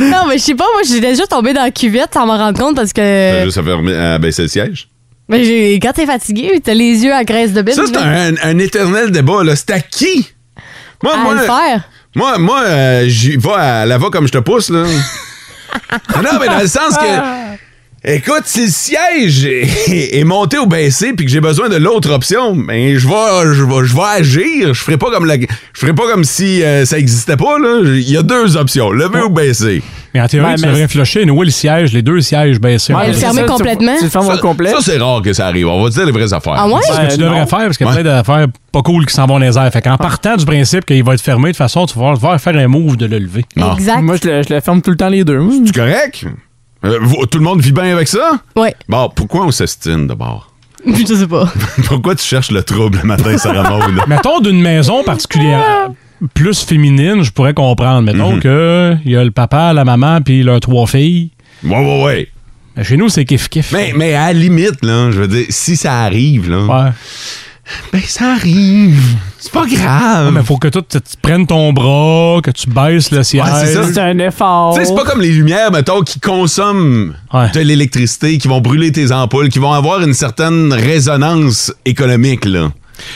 non, mais je sais pas, moi, j'ai déjà tombé dans la cuvette sans m'en rendre compte parce T'as Euh, que. juste à, fermer- à baisser le siège. Mais j'ai- quand t'es fatigué, t'as les yeux à graisse de bine. Ça, c'est un, un éternel débat. là. C'est à qui? Moi, À le faire. Moi, moi euh, j'y vais à la va comme je te pousse, là. Ah non, mais dans le sens que. Écoute, si le siège est, est monté ou baissé puis que j'ai besoin de l'autre option, ben je vais, je vais, je vais agir. Je ferai pas comme la, je ferai pas comme si euh, ça existait pas là. Il y a deux options, lever ou baisser. Mais en théorie, Ouais, tu Ben, mais devrais c'est- Ben, flusher une le siège, les deux sièges baissés. Ouais, le c'est fermer ça, tu- complètement. Tu le fermes Ça, au complet. ça, c'est rare que ça arrive. On va dire les vraies affaires. Ah ouais? C'est ce que Euh, tu devrais non. faire parce qu'il y a Ouais. plein d'affaires pas cool qui s'en vont dans les airs. Fait Ah. qu'en partant du principe qu'il va être fermé, de toute façon, tu vas devoir faire un move de le lever. Ah. Exact. Moi, je le, je le ferme tout le temps les deux. moi. C'est correct. Euh, vous- tout le monde vit bien avec ça. Ouais. Bon, pourquoi on s'estime d'abord je sais pas. Pourquoi tu cherches le trouble le matin, Sarah Maud? Mettons d'une maison particulière plus féminine, je pourrais comprendre. Mettons Mhm. que il y a le papa, la maman, puis leurs trois filles. Ouais, ouais, ouais. Mais chez nous, c'est kiff-kiff. Mais, mais à la limite, là, je veux dire, si ça arrive, là, Ouais. ben ça arrive. C'est pas grave. Mais faut que toi, tu tu prennes ton bras, que tu baisses le siège. Ouais, c'est ça. C'est un effort. Tu sais, c'est pas comme les lumières, mettons, qui consomment Ouais. de l'électricité, qui vont brûler tes ampoules, qui vont avoir une certaine résonance économique, là.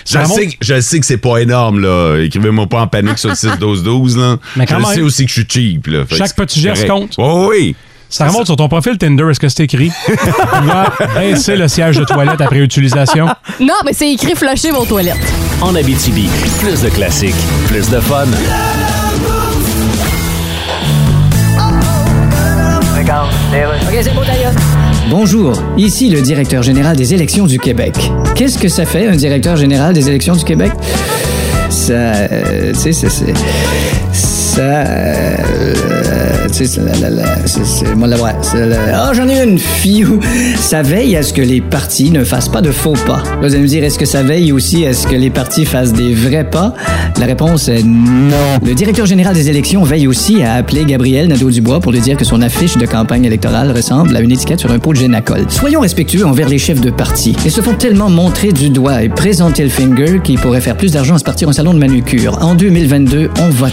Je Vraiment- sais, que- je sais que c'est pas énorme, là. Écrivez-moi pas en panique sur le 6-12-12, là. Mais quand je même. sais aussi que je suis cheap, là. Fait que Chaque c'est petit geste correct. compte. Oh, oui. Ça remonte sur ton profil Tinder, est-ce que c'est écrit? Pouvoir baisser le siège de toilette après utilisation. Non, mais c'est écrit flusher vos toilettes. En Abitibi, plus de classiques, plus de fun. Bonjour, ici le directeur général des élections du Québec. Qu'est-ce que ça fait, un directeur général des élections du Québec? Ça... euh, tu sais, c'est- c'est... Ça... euh, tu sais, c'est la- la- la- c'est- c'est- moi, la vraie, c'est la- Ah, j'en ai une, fiou! Ça veille à ce que les partis ne fassent pas de faux pas. Là, vous allez me dire, est-ce que ça veille aussi à ce que les partis fassent des vrais pas? La réponse est non. Le directeur général des élections veille aussi à appeler Gabriel Nadeau-Dubois pour lui dire que son affiche de campagne électorale ressemble à une étiquette sur un pot de génacol. Soyons respectueux envers les chefs de parti. Ils se font tellement montrer du doigt et présenter le finger qu'ils pourraient faire plus d'argent à se partir un salon de manucure. En 2022, on vote.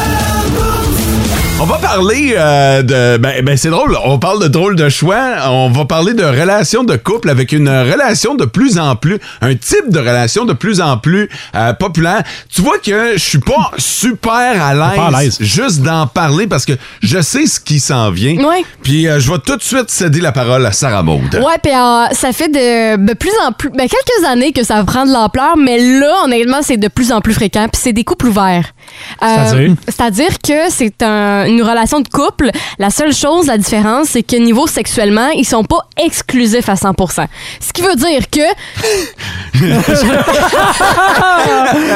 On va parler euh, de. Ben, ben, c'est drôle, on parle de drôle de choix. On va parler de relation de couple avec une relation de plus en plus. Un type de relation de plus en plus euh, populaire. Tu vois que je suis pas super à Pas à l'aise l'aise. juste d'en parler parce que je sais ce qui s'en vient. Ouais. Puis euh, je vais tout de suite céder la parole à Sarah Maud. Ouais, puis euh, ça fait de, de plus en plus, ben, quelques années que ça prend de l'ampleur, mais là, honnêtement, c'est de plus en plus fréquent, puis c'est des couples ouverts. Euh, C'est-à-dire? C'est-à-dire que c'est un- une relation de couple. La seule chose, la différence, c'est que niveau sexuellement, ils sont pas exclusifs à 100%. Ce qui veut dire que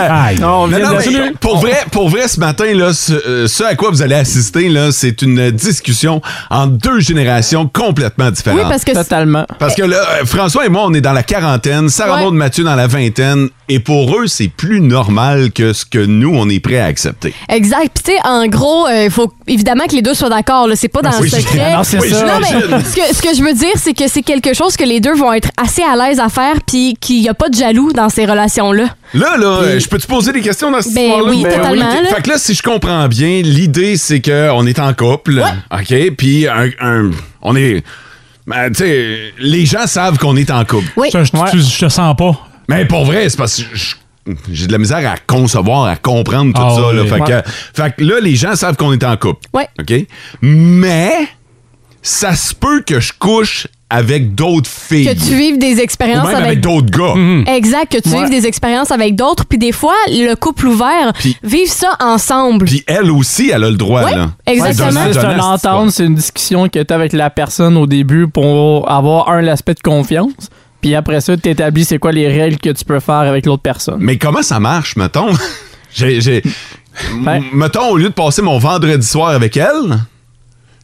Aïe. Non, Non, on vient non, de- mais Salut. pour vrai, pour vrai, ce matin là, ce, euh, ce à quoi vous allez assister là, c'est une discussion entre deux générations complètement différentes. oui, parce que Totalement. Parce que là, euh, François et moi, on est dans la quarantaine, Sarah Ouais. Maud Mathieu dans la vingtaine, et pour eux, c'est plus normal que ce que nous, on est prêts à accepter. Exact. Puis, tu sais, en gros, euh, il faut évidemment que les deux soient d'accord. là. C'est pas dans Ben oui, le secret. Ah non, c'est Oui, ça. Non, mais ce que, ce que je veux dire, c'est que c'est quelque chose que les deux vont être assez à l'aise à faire, puis qu'il n'y a pas de jaloux dans ces relations-là. Là, là, euh, je peux te poser des questions dans cette Ben histoire-là? oui, totalement, OK. là. Fait que là, si je comprends bien, l'idée, c'est qu'on est en couple, OK? Puis un- un- on est... ben, tu sais, les gens savent qu'on est en couple. Oui. Ça, je, tu- Ouais. tu- je te sens pas. Mais pour vrai, c'est parce que je- j'ai de la misère à concevoir, à comprendre tout Ah ça. là. oui. Fait, que, Ouais. fait que là, les gens savent qu'on est en couple. Ouais. OK? Mais ça se peut que je couche avec d'autres filles. Que tu vives des Ou expériences même avec avec. d'autres gars. Mhm. Exact, que tu Ouais. vives des expériences avec d'autres, puis des fois, le couple ouvert, Puis- vive ça ensemble. Puis elle aussi, elle a le droit. Ouais, là. exactement. D'un- C'est d'un une honnête, entente, c'est une discussion que tu avec la personne au début pour avoir un l'aspect de confiance. Puis après ça, tu établis c'est quoi les règles que tu peux faire avec l'autre personne. Mais comment ça marche, mettons? j'ai, j'ai- Ouais. M- Mettons, au lieu de passer mon vendredi soir avec elle,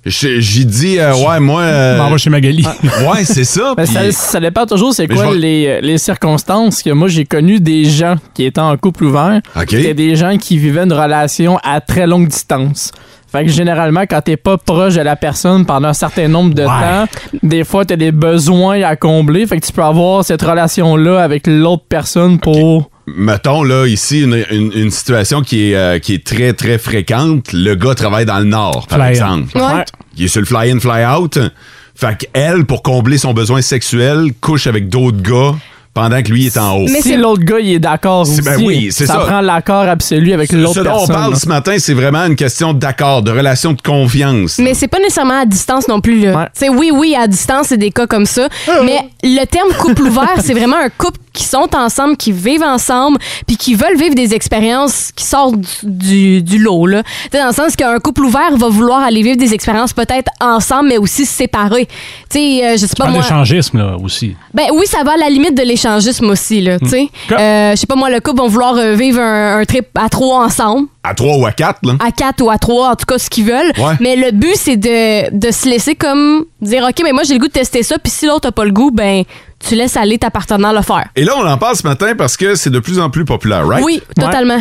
j'ai j'y dis, euh, ouais, moi. euh, Je m'en vais chez Magali. ouais, c'est ça. Mais puis- Ben, ça, ça dépend toujours c'est Mais quoi je vais- les, euh, les circonstances que moi j'ai connu des gens qui étaient en couple ouvert. OK. C'était des gens qui vivaient une relation à très longue distance. Fait que généralement, quand t'es pas proche de la personne pendant un certain nombre de temps, des fois, t'as des besoins à combler. Fait que tu peux avoir cette relation-là avec l'autre personne pour... Mettons, là, ici, une, une- une situation qui est, euh, qui est très, très fréquente. Le gars travaille dans le Nord, par Fly-in. exemple. Ouais. Il est sur le fly-in, fly-out. Fait qu'elle, pour combler son besoin sexuel, couche avec d'autres gars pendant que lui est en haut. Mais si c'est- l'autre gars, il est d'accord aussi, C'est- ben oui, c'est ça. prend l'accord absolu avec Ce l'autre dont on personne. parle là. ce matin, c'est vraiment une question d'accord, de relation de confiance. Mais c'est pas nécessairement à distance non plus. Là. Ouais. Tu sais, Oui, oui, à distance, c'est des cas comme ça. Mais le terme couple ouvert, c'est vraiment un couple qui sont ensemble, qui vivent ensemble, puis qui veulent vivre des expériences qui sortent du, du- du lot. Là. Tu sais, Dans le sens qu'un couple ouvert va vouloir aller vivre des expériences peut-être ensemble, mais aussi séparées. Tu sais, euh, je sais pas Pas moi. d'échangisme, là, aussi. Ben oui, ça va à la limite de l'échangisme aussi. Là, tu sais. Ok. Euh, je sais pas moi, le couple va vouloir euh, vivre un- un trip à trois ensemble À trois ou à quatre, là. à 4 ou à 3, en tout cas ce qu'ils veulent. Ouais. Mais le but, c'est de, de se laisser comme dire OK, mais moi j'ai le goût de tester ça, puis si l'autre n'a pas le goût, ben tu laisses aller ta partenaire le faire. Et là, on en parle ce matin parce que c'est de plus en plus populaire, right? Oui, totalement.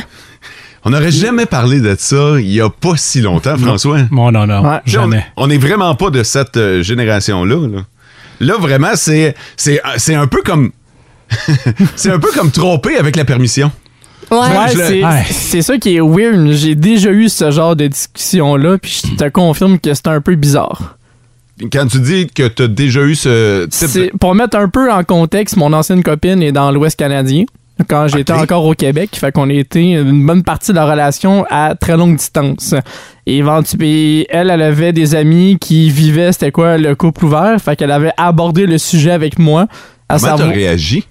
On n'aurait jamais parlé de ça il n'y a pas si longtemps, François. Bon, non, non, Ouais. Tu sais, on- jamais. On n'est vraiment pas de cette euh, génération-là. Là. Là, vraiment, c'est, c'est, euh, c'est un peu comme. c'est un peu comme tromper avec la permission. Ouais. Ouais, Je le- c'est- Ouais. c'est ça qui est weird. J'ai déjà eu ce genre de discussion-là, puis je te confirme que c'est un peu bizarre. Quand tu dis que tu as déjà eu ce type de- C'est- Pour mettre un peu en contexte, mon ancienne copine est dans l'Ouest canadien, quand j'étais Ok. encore au Québec, fait qu'on a été une bonne partie de la relation à très longue distance. Et éventu- et elle, elle avait des amis qui vivaient, c'était quoi, le couple ouvert, fait qu'elle avait abordé le sujet avec moi, à Comment t'as savoir... réagi?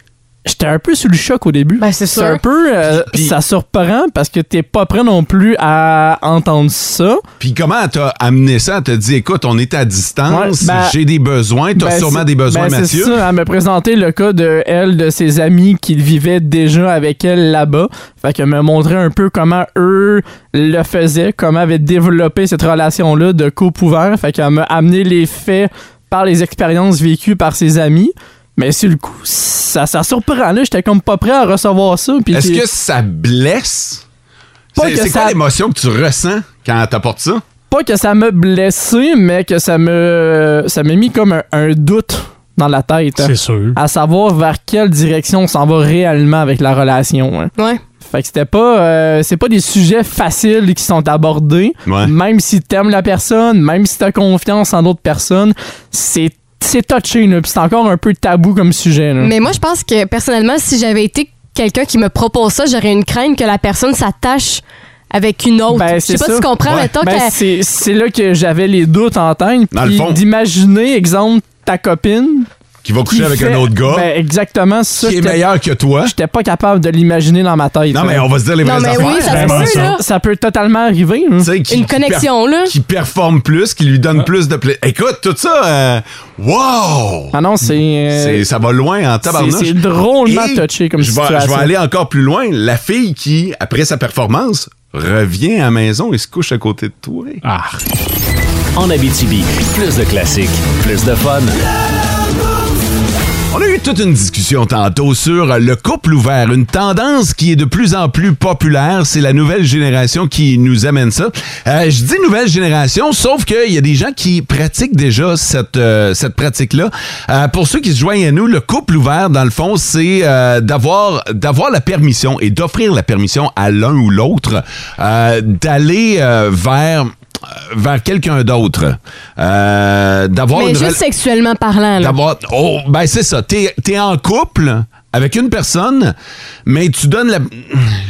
J'étais un peu sous le choc au début. Ben, c'est sûr. un peu. euh, Puis- ça surprend parce que t'es pas prêt non plus à entendre ça. Puis comment t'as amené ça? T'as dit, écoute, on est à distance, Ouais, ben- j'ai des besoins, t'as Ben, sûrement c'est- des besoins, ben, Mathieu. C'est ça, elle me présentait le cas de elle, de ses amis qui vivaient déjà avec elle là-bas. Fait qu'elle me montrait un peu comment eux le faisaient, comment avaient développé cette relation-là de couple ouvert. Fait qu'elle m'a amené les faits par les expériences vécues par ses amis. Mais sur le coup, ça, ça surprend. Là, j'étais comme pas prêt à recevoir ça. puis Est-ce j'ai- que ça blesse? Pas c'est que c'est quoi ça- l'émotion que tu ressens quand t'apportes ça? pas que ça m'a blessé, mais que ça me ça m'a mis comme un, un doute dans la tête. hein. C'est sûr. À savoir vers quelle direction on s'en va réellement avec la relation. hein. Ouais. Fait que c'était pas euh, c'est pas des sujets faciles qui sont abordés. Ouais. Même si t'aimes la personne, même si t'as confiance en d'autres personnes, c'est c'est touché là, puis c'est encore un peu tabou comme sujet là. Mais moi, je pense que personnellement, si j'avais été quelqu'un qui me propose ça, j'aurais une crainte que la personne s'attache avec une autre. Ben, je sais c'est pas ça. si tu comprends, Ouais. mettons Ben, qu'elle- c'est c'est là que j'avais les doutes en tête. Dans le puis fond. D'imaginer, exemple, ta copine. Qui va coucher qui avec fait- un autre gars Ben, exactement ça. qui est que- meilleur que toi. J'étais pas capable de l'imaginer dans ma tête. Non, mais on va se dire les Non, vraies mais oui, affaires. ça Ben, se peut, moi, là. Ça peut totalement arriver. hein. Tu sais, qui- Une qui per- connexion, là. qui performe plus, qui lui donne plus de plaisir. Écoute, tout ça, euh, wow! Ah non, c'est. euh, C'est- ça va loin en tabarnouche. c'est drôlement Et touché comme je vais, situation. Je vais aller encore plus loin. La fille qui, après sa performance, revient à la maison et se couche à côté de toi. Ah. En Abitibi, plus de classiques, plus de fun. On a eu toute une discussion tantôt sur le couple ouvert, une tendance qui est de plus en plus populaire. C'est la nouvelle génération qui nous amène ça. Euh, je dis nouvelle génération, sauf qu'il y a des gens qui pratiquent déjà cette, euh, cette pratique-là. Euh, pour ceux qui se joignent à nous, le couple ouvert, dans le fond, c'est euh, d'avoir d'avoir la permission et d'offrir la permission à l'un ou l'autre euh, d'aller euh, vers euh, vers quelqu'un d'autre. Euh, d'avoir Mais une juste rela- sexuellement parlant, là. D'avoir. Oh, ben c'est ça. T'es es en couple avec une personne, mais tu donnes la.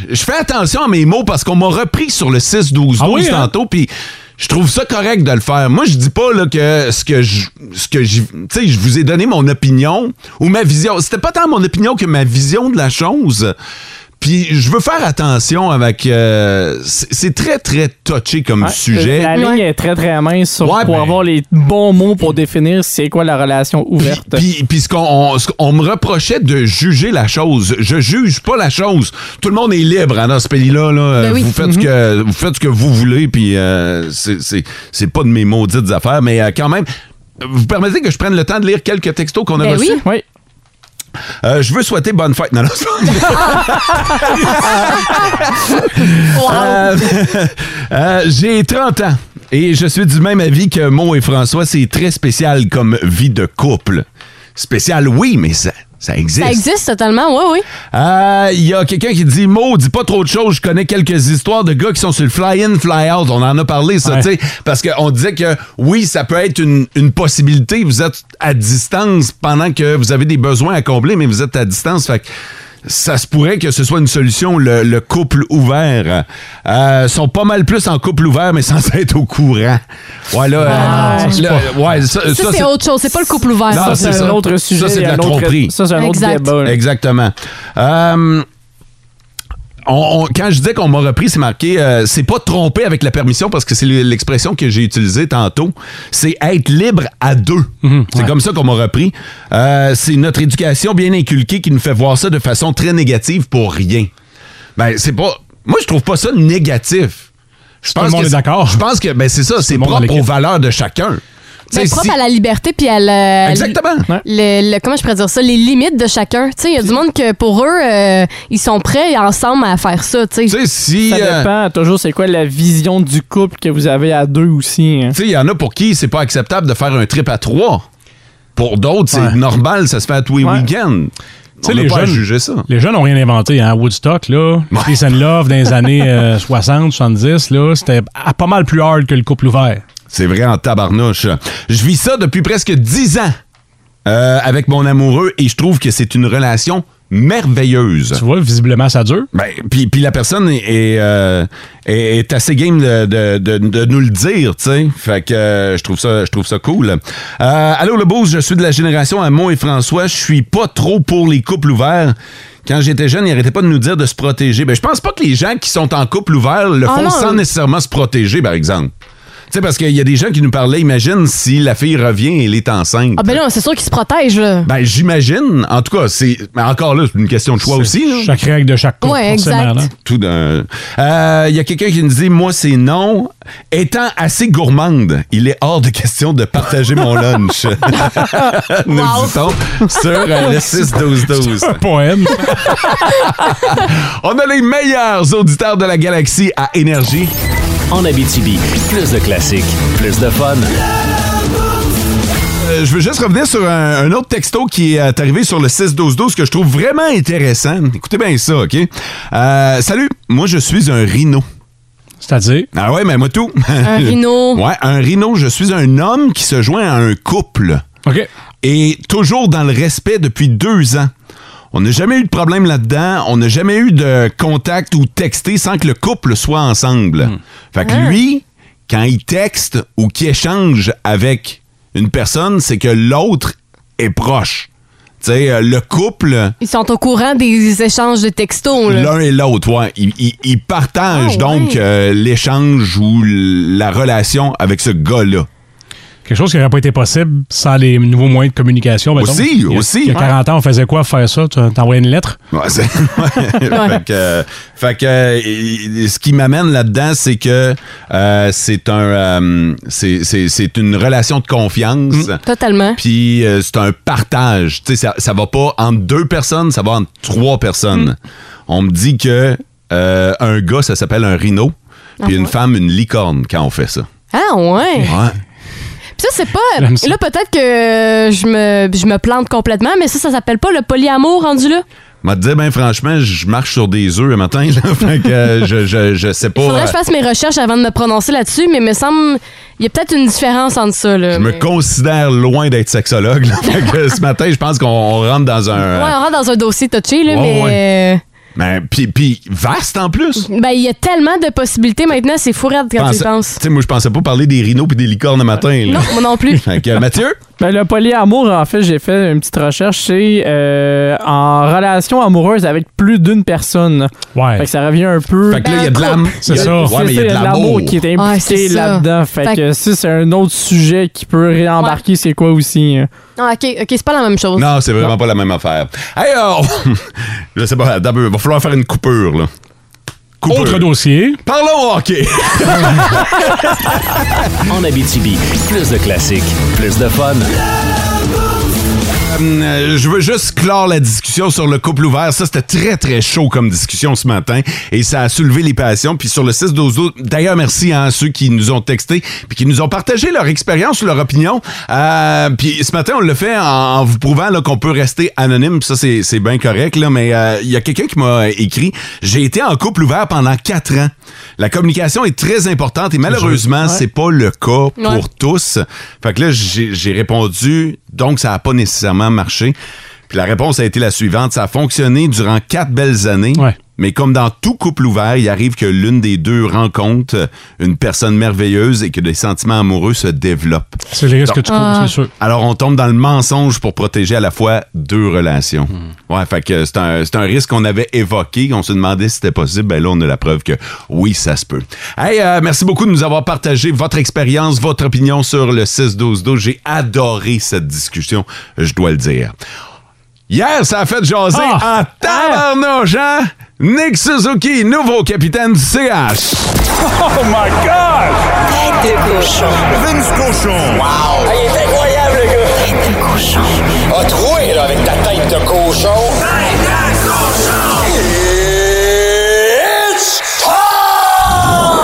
Je fais attention à mes mots parce qu'on m'a repris sur le 6-12-12 Ah oui, hein? tantôt, puis je trouve ça correct de le faire. Moi, je dis pas là, que ce que je. ce que j'ai- Tu sais, je vous ai donné mon opinion ou ma vision. C'était pas tant mon opinion que ma vision de la chose. Puis je veux faire attention avec. euh, c'est c'est très, très touché comme euh, Ouais, sujet. La ligne est très très mince sur- Ouais, pour ben- avoir les bons mots pour définir c'est quoi la relation ouverte. Puis, puis- puis ce qu'on on- ce qu'on me reprochait de juger la chose. Je juge pas la chose. Tout le monde est libre hein, dans ce pays-là. là. Ben oui. vous, faites ce que, vous faites ce que vous voulez, puis euh, c'est- c'est c'est pas de mes maudites affaires, mais euh, quand même. Vous permettez que je prenne le temps de lire quelques textos qu'on a Ben reçus? oui. Oui. Euh, je veux souhaiter bonne fête. Non, non, c'est pas- Wow. Euh, euh, J'ai 30 ans. Et je suis du même avis que Mo et François, c'est très spécial comme vie de couple. Spécial, oui, mais ça, ça existe. Ça existe totalement, oui, oui. Ah, Il y a quelqu'un qui dit Mo, dis pas trop de choses. Je connais quelques histoires de gars qui sont sur le fly-in, fly-out. On en a parlé, ça, Ouais. tu sais. Parce qu'on disait que oui, ça peut être une, une possibilité. Vous êtes à distance pendant que vous avez des besoins à combler, mais vous êtes à distance. Fait que ça se pourrait que ce soit une solution, le, le couple ouvert. Euh, sont pas mal plus en couple ouvert, mais sans être au courant. Ouais, là, euh, non, ça, c'est là, ouais, ça, Ça, Euh, ça, c'est autre chose. C'est pas le couple ouvert. Non, ça. Ah, c'est un ça. autre sujet. Ça, c'est de la un autre- tromperie. Ça, c'est un autre Exact. débat. là. Exactement. Euh, on- on- quand je disais qu'on m'a repris, c'est marqué euh, c'est pas tromper avec la permission parce que c'est l'expression que j'ai utilisée tantôt. C'est être libre à deux. c'est Mhm, ouais. comme ça qu'on m'a repris. Euh, c'est notre éducation bien inculquée qui nous fait voir ça de façon très négative pour rien. Ben, c'est pas. Moi, je trouve pas ça négatif. Je Tout le monde que est c'est- d'accord. Je pense que ben, c'est ça, c'est monde dans propre aux l'équipe. valeurs de chacun. Mais Tu sais, Ben, propre si- à la liberté puis à la- Exactement. le, le- comment je pourrais dire ça les limites de chacun tu sais il y a du monde que pour eux euh, ils sont prêts ensemble à faire ça tu Tu sais sais, si. Ça euh, dépend toujours c'est quoi la vision du couple que vous avez à deux aussi. hein. Tu sais, il y en a pour qui c'est pas acceptable de faire un trip à trois. Pour d'autres, c'est Ouais. normal, ça se fait à tous les Ouais. week-ends. Tu sais, On n'a les pas à jeunes- juger ça. Les jeunes n'ont rien inventé. Hein? Woodstock, là, Peace and Love dans les années euh, 60, 70, là, c'était à- pas mal plus hard que le couple ouvert. C'est vrai en tabarnouche. Je vis ça depuis presque dix ans euh, avec mon amoureux et je trouve que c'est une relation merveilleuse. Tu vois, visiblement, ça dure. Ben, puis, puis la personne est, est, euh, est- est assez game de, de- de- de nous le dire, tu sais. Fait que euh, je trouve ça, je trouve ça cool. Euh, allô le boss, je suis de la génération Amon et François. Je suis pas trop pour les couples ouverts. Quand j'étais jeune, ils arrêtaient pas de nous dire de se protéger. Ben, je pense pas que les gens qui sont en couple ouvert le Ah font non, sans euh. nécessairement se protéger, par exemple. Tu sais, parce qu'il y a des gens qui nous parlaient, imagine si la fille revient et elle est enceinte. ah ben non c'est sûr qu'ils se protègent là Ben, j'imagine. En tout cas, c'est. mais Encore là, c'est une question de choix aussi. là. Chaque règle de chaque couple, Ouais, forcément. exact. là. Tout d'un. Il y a quelqu'un qui nous dit Moi, c'est non. Étant assez gourmande, il est hors de question de partager mon lunch. nous Wow. dit-on sur euh, le 6-12-12. Un poème. On a les meilleurs auditeurs de la galaxie à énergie. En Abitibi, plus de classiques, plus de fun. Euh, je veux juste revenir sur un, un autre texto qui est euh, arrivé sur le 6-12-12 que je trouve vraiment intéressant. Écoutez bien ça, OK? Euh, salut, moi, je suis un rhino. C'est-à-dire, Ah ouais, mais moi, tout. un rhino Ouais, un rhino, je suis un homme qui se joint à un couple. OK, et toujours dans le respect depuis deux ans. On n'a jamais eu de problème là-dedans. On n'a jamais eu de contact ou texté sans que le couple soit ensemble. Fait que lui, quand il texte ou qu'il échange avec une personne, c'est que l'autre est proche. Tu sais, euh, le couple, ils sont au courant des échanges de textos Oh là. l'un et l'autre, ouais, ils, ils- ils partagent Ah, donc ouais. euh, l'échange ou l- la relation avec ce gars-là. quelque chose qui n'aurait pas été possible sans les nouveaux moyens de communication. mettons. Aussi, Il y a- aussi. Il y a 40 ans, on faisait quoi faire ça? Tu t'envoyais une lettre? Ouais, c'est- fait que, euh, fait que, euh, il- ce qui m'amène là-dedans, c'est que euh, c'est un, euh, c'est- c'est c'est une relation de confiance. Mm. totalement Puis euh, c'est un partage. Tu sais, ça, ça va pas entre deux personnes, ça va entre trois Mm. personnes. On me dit que euh, un gars, ça s'appelle un rhino, puis une femme, une licorne quand on fait ça. ah ouais Ouais. Puis ça, c'est pas. J'aime ça. Là, peut-être que euh, je me, je me plante complètement, mais ça, ça s'appelle pas le polyamour rendu là. M'a dit ben franchement, je marche sur des œufs le matin. là. fait que euh, je, je, je sais pas. Il faudrait euh, que je fasse mes recherches avant de me prononcer là-dessus, mais me semble. Il y a peut-être une différence entre ça, là. Je me mais- considère loin d'être sexologue. là. Fait que ce matin, je pense qu'on on rentre dans Ouais, un. on rentre dans un dossier touché, là, Ouais, mais. Ben, puis, puis vaste en plus. euh, ben, il y a tellement de possibilités maintenant, c'est fou raide quand tu Pensais- y penses. Tu sais, moi, je pensais pas parler des rhinos puis des licornes le matin. là. Non, moi non plus. Fait que, Mathieu, Ben, le polyamour, en fait, j'ai fait une petite recherche. C'est euh, en relation amoureuse avec plus d'une personne. Fait Ouais. que ça revient un peu. fait que là, il y a de l'amour. C'est ça. Ouais, mais il y a de l'amour. qui est Ouais, impliqué c'est ça. là-dedans. Fait, Fait que si c'est un autre sujet qui peut réembarquer, c'est quoi aussi? hein. Non, ok, ok, c'est pas la même chose. Non, c'est vraiment pas la même affaire. Hey, oh, je sais pas, d'abord, il va falloir faire une coupure, là. Coupure. Autre dossier. Parlons hockey. En Abitibi, plus de classiques, plus de fun. Euh, je veux juste clore la discussion sur le couple ouvert. Ça, c'était très, très chaud comme discussion ce matin et ça a soulevé les passions. Puis sur le 6 12 d'ailleurs, merci hein, à ceux qui nous ont texté puis qui nous ont partagé leur expérience, leur opinion. Euh, puis ce matin, on le fait en, en vous prouvant là, qu'on peut rester anonyme. Puis Ça, c'est, c'est bien correct, là, mais euh, il y a quelqu'un qui m'a écrit « J'ai été en couple ouvert pendant quatre ans. La communication est très importante et malheureusement, c'est pas le cas pour Ouais. tous. Fait que là, j'ai j'ai répondu, donc ça n'a pas nécessairement marché. Puis la réponse a été la suivante. Ça a fonctionné durant quatre belles années. Ouais. Mais comme dans tout couple ouvert, il arrive que l'une des deux rencontre une personne merveilleuse et que des sentiments amoureux se développent. C'est le risque que tu cours, Ah. c'est sûr. Alors, on tombe dans le mensonge pour protéger à la fois deux relations. Ouais, fait que c'est un, c'est un risque qu'on avait évoqué. On se demandait si c'était possible. Ben là, on a la preuve que oui, ça se peut. Hey, euh, merci beaucoup de nous avoir partagé votre expérience, votre opinion sur le 6-12-12. J'ai adoré cette discussion, je dois le dire. Hier, ça a fait jaser Ah! en tabarnouche, hein? Nick Suzuki, nouveau capitaine du CH. Tête de cochon. Vince Cochon. Ah, il est incroyable, le gars! Tête de cochon. A troué, là, avec ta tête de cochon. Tête de cochon! It's time!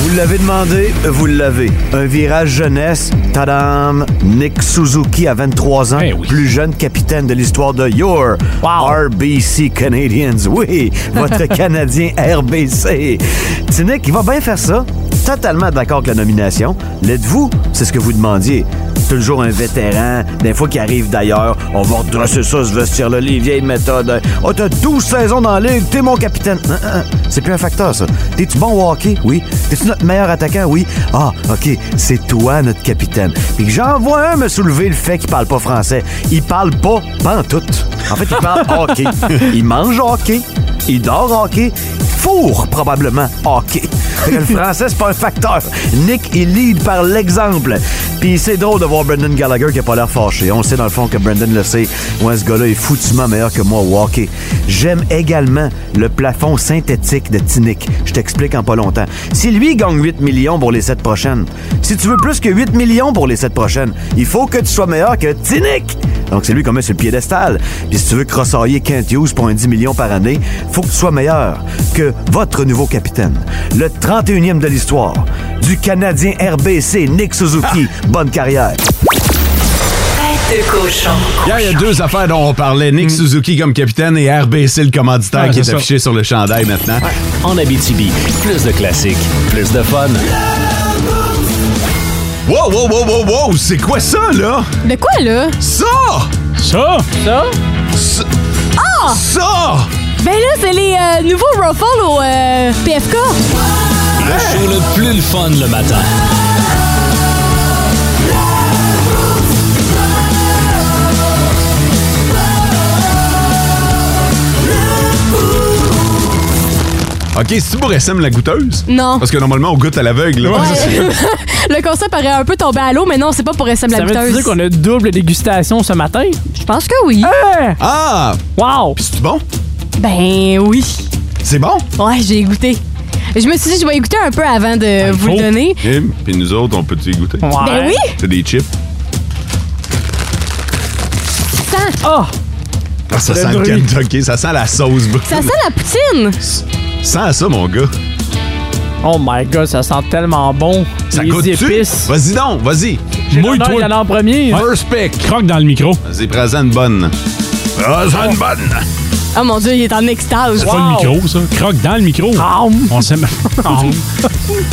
Vous l'avez demandé, vous l'avez. Un virage jeunesse, tadam! Nick Suzuki à 23 ans, Eh oui. plus jeune capitaine de l'histoire de Your RBC Canadians. Oui, votre Canadien RBC. Tu sais, Nick, il va bien faire ça. Totalement d'accord avec la nomination. L'êtes-vous? C'est ce que vous demandiez. Toujours un vétéran, des fois qui arrive d'ailleurs, on va redresser ça, ce vestiaire-là, les vieilles méthodes. Oh, t'as 12 saisons dans la ligue, t'es mon capitaine. Hein, hein, hein. C'est plus un facteur, ça. T'es-tu bon au hockey? Oui. T'es-tu notre meilleur attaquant? Oui. Ah, OK, c'est toi notre capitaine. Puis que j'en vois un me soulever le fait qu'il parle pas français. Il parle pas pantoute. En fait, il parle hockey. Il mange hockey. Il dort hockey. Four, probablement, hockey. Fait que le français, c'est pas un facteur. Nick, il lead par l'exemple. Puis c'est drôle de voir Brendan Gallagher qui a pas l'air fâché. On sait dans le fond que Brendan le sait. Ouais, ce gars-là est foutument meilleur que moi au hockey. J'aime également le plafond synthétique de Tinnick. Je t'explique en pas longtemps. Si lui gagne 8 millions pour les 7 prochaines, si tu veux plus que 8 millions pour les 7 prochaines, il faut que tu sois meilleur que Tinnick. Donc c'est lui qu'on met sur le piédestal. Puis si tu veux crossoyer Kent Hughes pour un 10 millions par année, faut que tu sois meilleur que votre nouveau capitaine. Le 31e de l'histoire du Canadien RBC Nick Suzuki. Ah! Bonne carrière. Tête de cochon. Hier, il y a deux affaires dont on parlait. Nick Suzuki comme capitaine et RBC le commanditaire Ouais, qui est, c'est ça. affiché sur le chandail maintenant. En Abitibi, plus de classiques, plus de fun. Wow, wow, wow, wow, wow! C'est quoi ça, là? De quoi, là? Ça! Ça! Ça! Ben là, c'est les euh, nouveaux Ruffles au euh, PFK. Le show le plus le fun le matin. OK, c'est-tu pour SM la goûteuse? Non. Parce que normalement, on goûte à l'aveugle. là. Le concept aurait un peu tombé à l'eau, mais non, c'est pas pour SM la Ça veut dire buteuse. qu'on a double dégustation ce matin? Je pense que oui. Hein? Ah! Wow! Puis c'est bon? Ben oui. C'est bon? Ouais, j'ai goûté. Je me suis dit, je vais écouter un peu avant de vous faut. le donner. Et puis nous autres, on peut-tu y goûter? Ouais. Ben oui! C'est des chips. Sent- Ah! Ah, ça Le sent le bruit. Kentucky, ça sent la sauce. bro. Ça sent la poutine! Sent ça, mon gars. Oh my god, ça sent tellement bon. Ça Les goûte-tu? épices. Vas-y donc, vas-y. J'ai Mouille-toi. l'honneur d'y aller en premier. First pick. Croque dans le micro. Vas-y, prends-en une bonne. Prends-en une bonne. Oh mon dieu, il est en extase. C'est pas le micro, ça. Croque dans le micro. Ah, mm. On s'aime. Il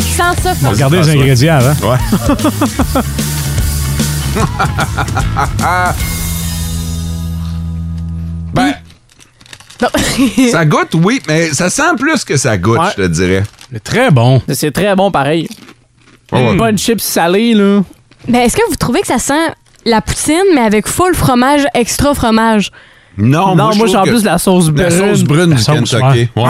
sent ça fort. Regardez les ingrédients hein. avant. Ouais. ben, Non. ça goûte, oui, mais ça sent plus que ça goûte, Ouais. je te dirais. C'est très bon. C'est très bon pareil. Ouais, ouais. Mm. Pas une chips salée, là. Ben, est-ce que vous trouvez que ça sent la poutine, mais avec full fromage, extra fromage? Non, non, je Ah, moi, trouve j'ai en que plus de la sauce brune. la sauce brune La du sauce, Kentucky. Ouais. Ouais,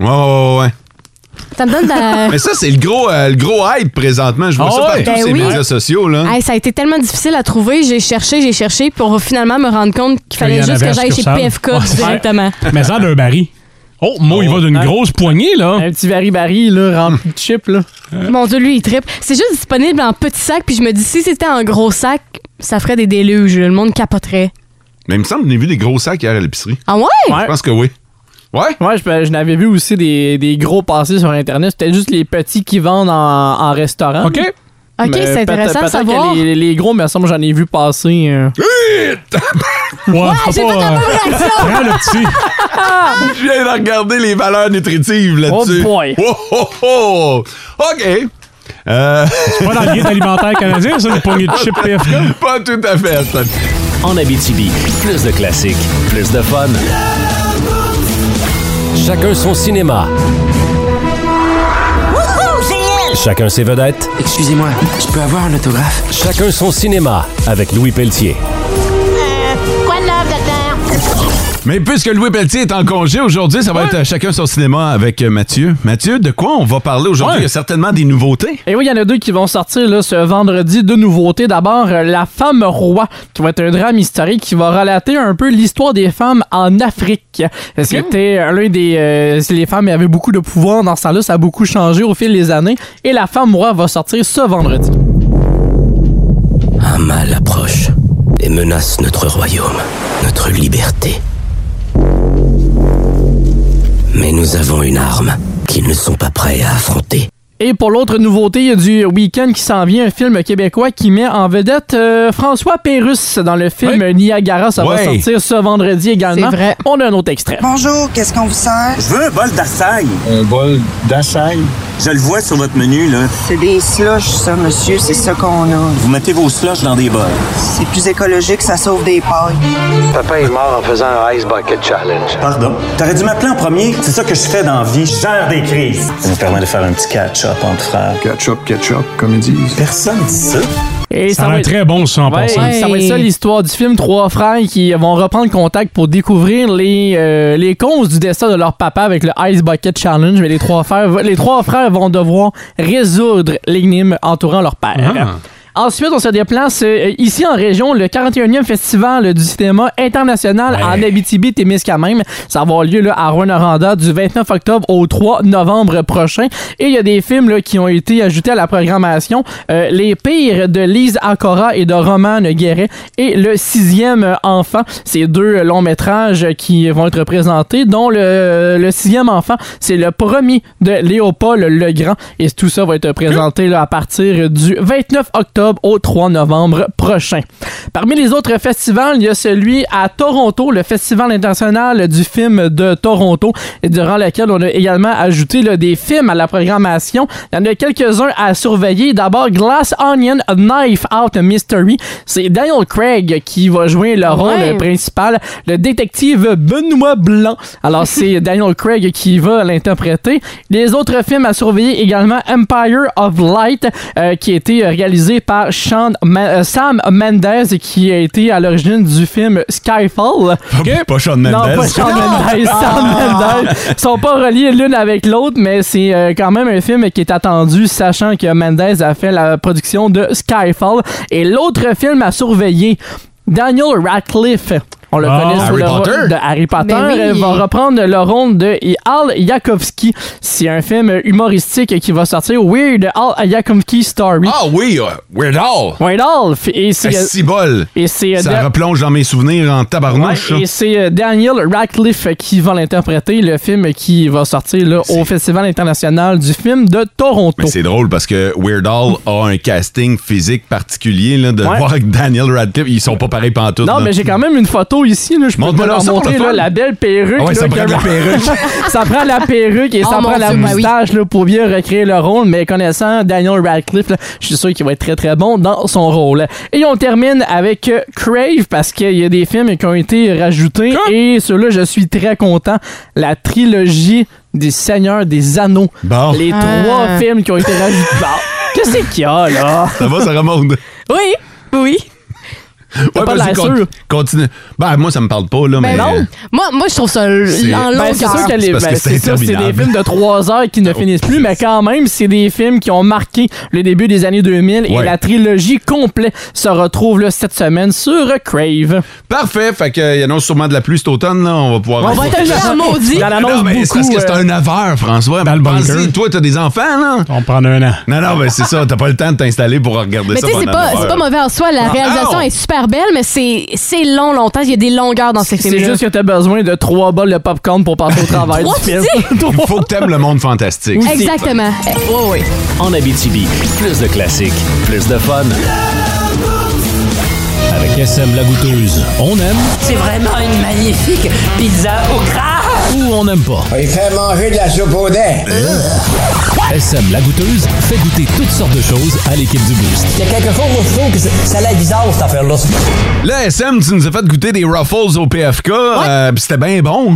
ouais, ouais, ouais. Ah, Ça me donne de la... Mais ça, c'est le gros, euh, le gros hype présentement. Je vois Ah ça partout ouais. Ben sur les oui. médias sociaux, là. Hey, ça a été tellement difficile à trouver. J'ai cherché, j'ai cherché pour finalement me rendre compte qu'il Il y fallait en juste avait que à j'aille chez succursale. PFK Ouais. directement. Ah! Mais ça d'un baril. Oh, moi, il va d'une Ouais. grosse poignée, là. Un petit vari-bari, là, rempli de chips, là. Mon Dieu, lui, il tripe. C'est juste disponible en petit sac, puis je me dis, si c'était en gros sac, ça ferait des déluges. Le monde capoterait. Mais il me semble que j'ai vu des gros sacs hier à l'épicerie. Ah ouais? Je pense que oui. Ouais? Ouais, je, je n'avais vu aussi des, des gros passés sur Internet. C'était juste les petits qui vendent en, en restaurant. OK. OK, Mais c'est peut- intéressant de peut-être savoir. que Les, les gros, mais semble j'en ai vu passer. euh. Ouais, euh, j'ai fait la même réaction. Prends le petit. Je viens de regarder les valeurs nutritives là-dessus. Oh boy. Oh, oh, oh. OK. Euh, C'est pas dans le guide alimentaire canadien, ça, les poignées de chips PFK. pas tout à fait. ça. En Abitibi, plus de classiques, plus de fun. Chacun son cinéma. Chacun ses vedettes. Excusez-moi, je peux avoir un autographe? Chacun son cinéma avec Louis Pelletier. Mais puisque Louis Pelletier est en congé aujourd'hui, ça va être euh, chacun son cinéma avec euh, Mathieu. Mathieu, de quoi on va parler aujourd'hui? Ouais. Il y a certainement des nouveautés. Et oui, il y en a deux qui vont sortir là, ce vendredi, deux nouveautés. D'abord, euh, La femme roi, qui va être un drame historique qui va relater un peu l'histoire des femmes en Afrique. Euh, C'était euh, l'un des... euh, si les femmes avaient beaucoup de pouvoir dans ce temps-là, ça a beaucoup changé au fil des années. Et La femme roi va sortir ce vendredi. Un mal approche et menace notre royaume, notre liberté. Mais nous avons une arme qu'ils ne sont pas prêts à affronter. Et pour l'autre nouveauté, il y a du week-end qui s'en vient, un film québécois qui met en vedette euh, François Pérus dans le film Niagara. Ça Ouais. va sortir ce vendredi également. C'est vrai. On a un autre extrait. Bonjour, qu'est-ce qu'on vous sert? Je veux un bol d'assagne. Un bol d'assagne? Je le vois sur votre menu, là. C'est des slushs, ça, monsieur, c'est ça qu'on a. Vous mettez vos slushs dans des bols. C'est plus écologique, ça sauve des pailles. Papa est mort en faisant un Ice Bucket Challenge. Pardon? T'aurais dû m'appeler en premier. C'est ça que je fais dans la vie. Je gère des crises. Ça nous permet de faire un petit catch-up entre frères. Ketchup, ketchup, comme ils disent. Personne dit ça. Et Ça a l'air être- très bon, ça, en Ouais, passant. Ça va être ça l'histoire du film. Trois frères qui vont reprendre contact pour découvrir les, euh, les causes du destin de leur papa avec le Ice Bucket Challenge. Mais les trois frères, les trois frères vont devoir résoudre l'énigme entourant leur père. Ah. Hein. Ensuite, on se déplace euh, ici en région, le 41e festival euh, du cinéma international en Abitibi-Témiscamingue. Ça va avoir lieu là, à Rouen-Noranda du 29 octobre au 3 novembre prochain. Et il y a des films là, qui ont été ajoutés à la programmation. Euh, Les pires de Lise Acora et de Roman Guéret et Le sixième euh, enfant. Ces deux euh, longs métrages euh, qui vont être présentés, dont le, le sixième enfant, c'est le premier de Léopold Legrand. Et tout ça va être présenté là, à partir du 29 octobre au 3 novembre prochain. Parmi les autres festivals, il y a celui à Toronto, le Festival international du film de Toronto, et durant lequel on a également ajouté là, des films à la programmation. Il y en a quelques-uns à surveiller. D'abord, Glass Onion A Knife Out Mystery. C'est Daniel Craig qui va jouer le rôle Ouais. principal, le détective Benoît Blanc. Alors, c'est Daniel Craig qui va l'interpréter. Les autres films à surveiller également, Empire of Light, euh, qui a été réalisé par Sean Ma- euh, Sam Mendes, qui a été à l'origine du film Skyfall. Ah, Pas Sean Mendes. Ah. Non, pas Sam Mendes, Sam Mendes. Ils sont pas reliés l'une avec l'autre, mais c'est euh, quand même un film qui est attendu, sachant que Mendes a fait la production de Skyfall. Et l'autre film à surveiller, Daniel Radcliffe. On le Ah, connaît sous Harry le rôle Potter. de Harry Potter. euh, Mais oui. va reprendre le rôle de Al Yakovsky. C'est un film humoristique qui va sortir. Weird Al Yakovsky Story. Ah oui, euh, Weird Al. Weird Al. Et c'est... Ah, si bol. Et c'est... Ça replonge dans mes souvenirs en tabarnouche. Ouais, ça. et c'est euh, Daniel Radcliffe qui va l'interpréter, le film qui va sortir là, au Festival international du film de Toronto. Mais c'est drôle parce que Weird Al a un casting physique particulier là, de Ouais. voir que Daniel Radcliffe, ils sont pas pareils pantoute. Non, là. mais j'ai quand même une photo ici. Là, je peux Montre-moi te donc la ça pour montrer, le là, fun. la belle perruque. Ah ouais, là, ça prend que- la perruque. ça prend la perruque et Oh, ça mon prend la Dieu, ben oui. moustache là, pour bien recréer le rôle. Mais connaissant Daniel Radcliffe, là, je suis sûr qu'il va être très très bon dans son rôle. Et on termine avec euh, Crave parce qu'il y a des films qui ont été rajoutés. Et ceux-là, je suis très content. La trilogie des Seigneurs des Anneaux. Bon. Les Ah. trois films qui ont été rajoutés. Bon, Qu'est-ce qu'il y a là? Ça va, ça remonte. Oui, oui. T'as pas de vas-y, la con- sûre. Continue. Ben, moi, ça me parle pas, là, mais. Moi, moi, je trouve ça l- C'est- en longueur. Ben, c'est sûr qu'elle C'est est- parce ben, que c'est c'est ça, c'est des interminable. Oh, films de 3 heures qui ne finissent plus, mais quand même, c'est des films qui ont marqué le début des années 2000 et Ouais. la trilogie complète se retrouve là, cette semaine sur Crave. Parfait, fait que, euh, il annonce sûrement de la pluie cet automne, là, on va pouvoir. On va être déjà maudit. Elle annonce Non, mais c'est parce beaucoup, que c'est euh, un aveur, François. Dans le bunker. Ben, Toi, t'as des enfants, là? On prend un an. Non, non, ben c'est ça. T'as pas le temps de t'installer pour regarder Mais ça tu sais, c'est pendant pas, neuf c'est heures. pas mauvais en soi. La Non. réalisation est super belle, mais c'est c'est long, longtemps. Il y a des longueurs dans ces C'est films-là. juste que t'as besoin de 3 bols de popcorn pour passer au travail Trois, du film. Il faut que t'aimes le monde fantastique. Exactement. Oui, oui. En Abitibi, plus de classiques, plus de fun. Avec SM La Goûteuse, on aime C'est vraiment une magnifique pizza au gras. ou on n'aime pas. Il fait manger de la soupe au dent. SM La Goûteuse fait goûter toutes sortes de choses à l'équipe du Boost. Il y a quelque chose où je trouve que c'est- ça a l'air bizarre, cette affaire-là. Là, SM, tu nous as fait goûter des Ruffles au PFK, euh, pis c'était bien bon.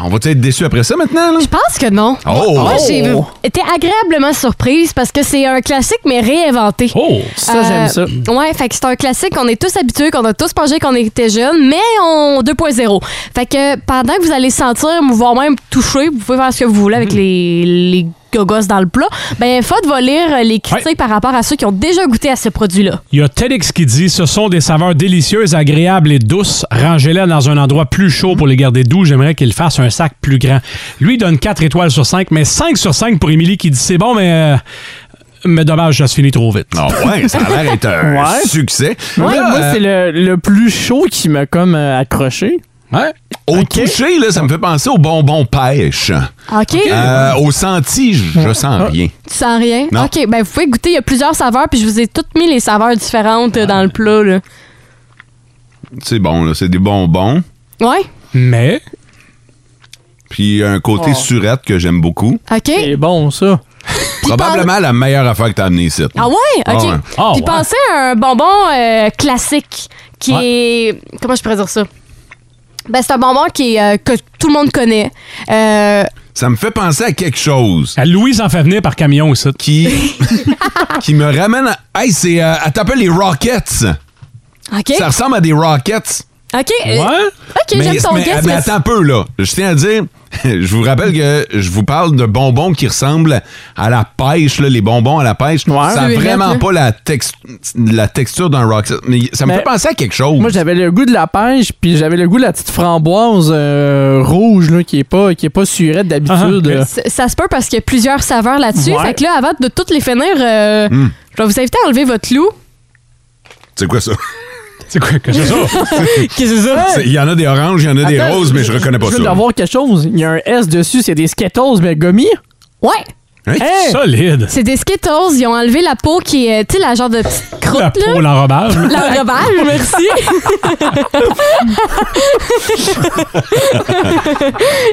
On va-tu être déçus après ça maintenant? là? Je pense que non. Oh! Moi, j'ai Oh! été agréablement surprise parce que c'est un classique, mais réinventé. Oh! Euh, ça, j'aime ça. Ouais, fait que c'est un classique qu'on est tous habitués, qu'on a tous mangé quand on était jeunes, mais on 2.0. Fait que pendant que vous allez sentir, voire même toucher, vous pouvez faire ce que vous voulez avec les, les gogos dans le plat, ben, Fod va lire euh, les critiques Ouais. par rapport à ceux qui ont déjà goûté à ce produit-là. Il y a TEDx qui dit Ce sont des saveurs délicieuses, agréables et douces. Rangez-les dans un endroit plus chaud pour les garder doux. J'aimerais qu'il fasse un sac plus grand. Lui il donne 4 étoiles sur 5, mais 5 sur 5 pour Émilie qui dit C'est bon, mais. euh, mais dommage, ça se finit trop vite. Ah ouais, ça a l'air d'être un Ouais. succès. Ouais, Là, moi, euh, c'est le, le plus chaud qui m'a comme euh, accroché. Ouais. euh, Au toucher, là, ça me fait penser aux bonbons pêche. OK? Euh, au senti, je Ah. je sens rien. Tu sens rien? Non. OK, ben, vous pouvez goûter, il y a plusieurs saveurs, puis je vous ai toutes mis les saveurs différentes euh, dans le plat, là. C'est bon, là, c'est des bonbons. Ouais? Mais. Puis un côté Oh. surette que j'aime beaucoup. OK? C'est bon, ça. Probablement la meilleure affaire que t'as amenée ici. Ah ouais? OK. Ah ouais. Ah Puis ouais. pensez à un bonbon euh, classique qui Ouais. est... Comment je pourrais dire ça? Ben, c'est un bonbon qui est, euh, que tout le monde connaît. Euh, Ça me fait penser à quelque chose À Louise en fait venir par camion aussi. qui, qui me ramène à. Hey, c'est. euh, elle t'appelle les Rockets. OK? Ça ressemble à des Rockets. OK. euh, Ouais? OK, j'aime ton mais, guess. mais mais attends un peu, là. Je tiens à dire, je vous rappelle que je vous parle de bonbons qui ressemblent à la pêche, là, les bonbons à la pêche. Ça n'a Fluorette, vraiment là. pas la, tex- la texture d'un rock. Mais ça me Mais- fait penser à quelque chose. Moi, j'avais le goût de la pêche, puis j'avais le goût de la petite framboise euh, rouge, là, qui est pas, qui est pas surette d'habitude. Ah, ok. c- Ça se peut parce qu'il y a plusieurs saveurs là-dessus. Ouais. Fait que là, avant de toutes les finir, euh, Hmm. je vais vous inviter à enlever votre loup. C'est quoi ça? C'est quoi que c'est ça? Qu'est-ce que c'est ça? C'est- Il y en a des oranges, il y en a des Attends, roses, mais je reconnais pas je ça. veux d'avoir quelque chose. Il y a un S dessus, c'est des Skittles, mais gommis. Ouais! Hey, Hey! Solide. C'est des Skittles. Ils ont enlevé la peau qui est, tu sais, la genre de petite La croûte, là. peau, l'enrobage. La rebelle, merci.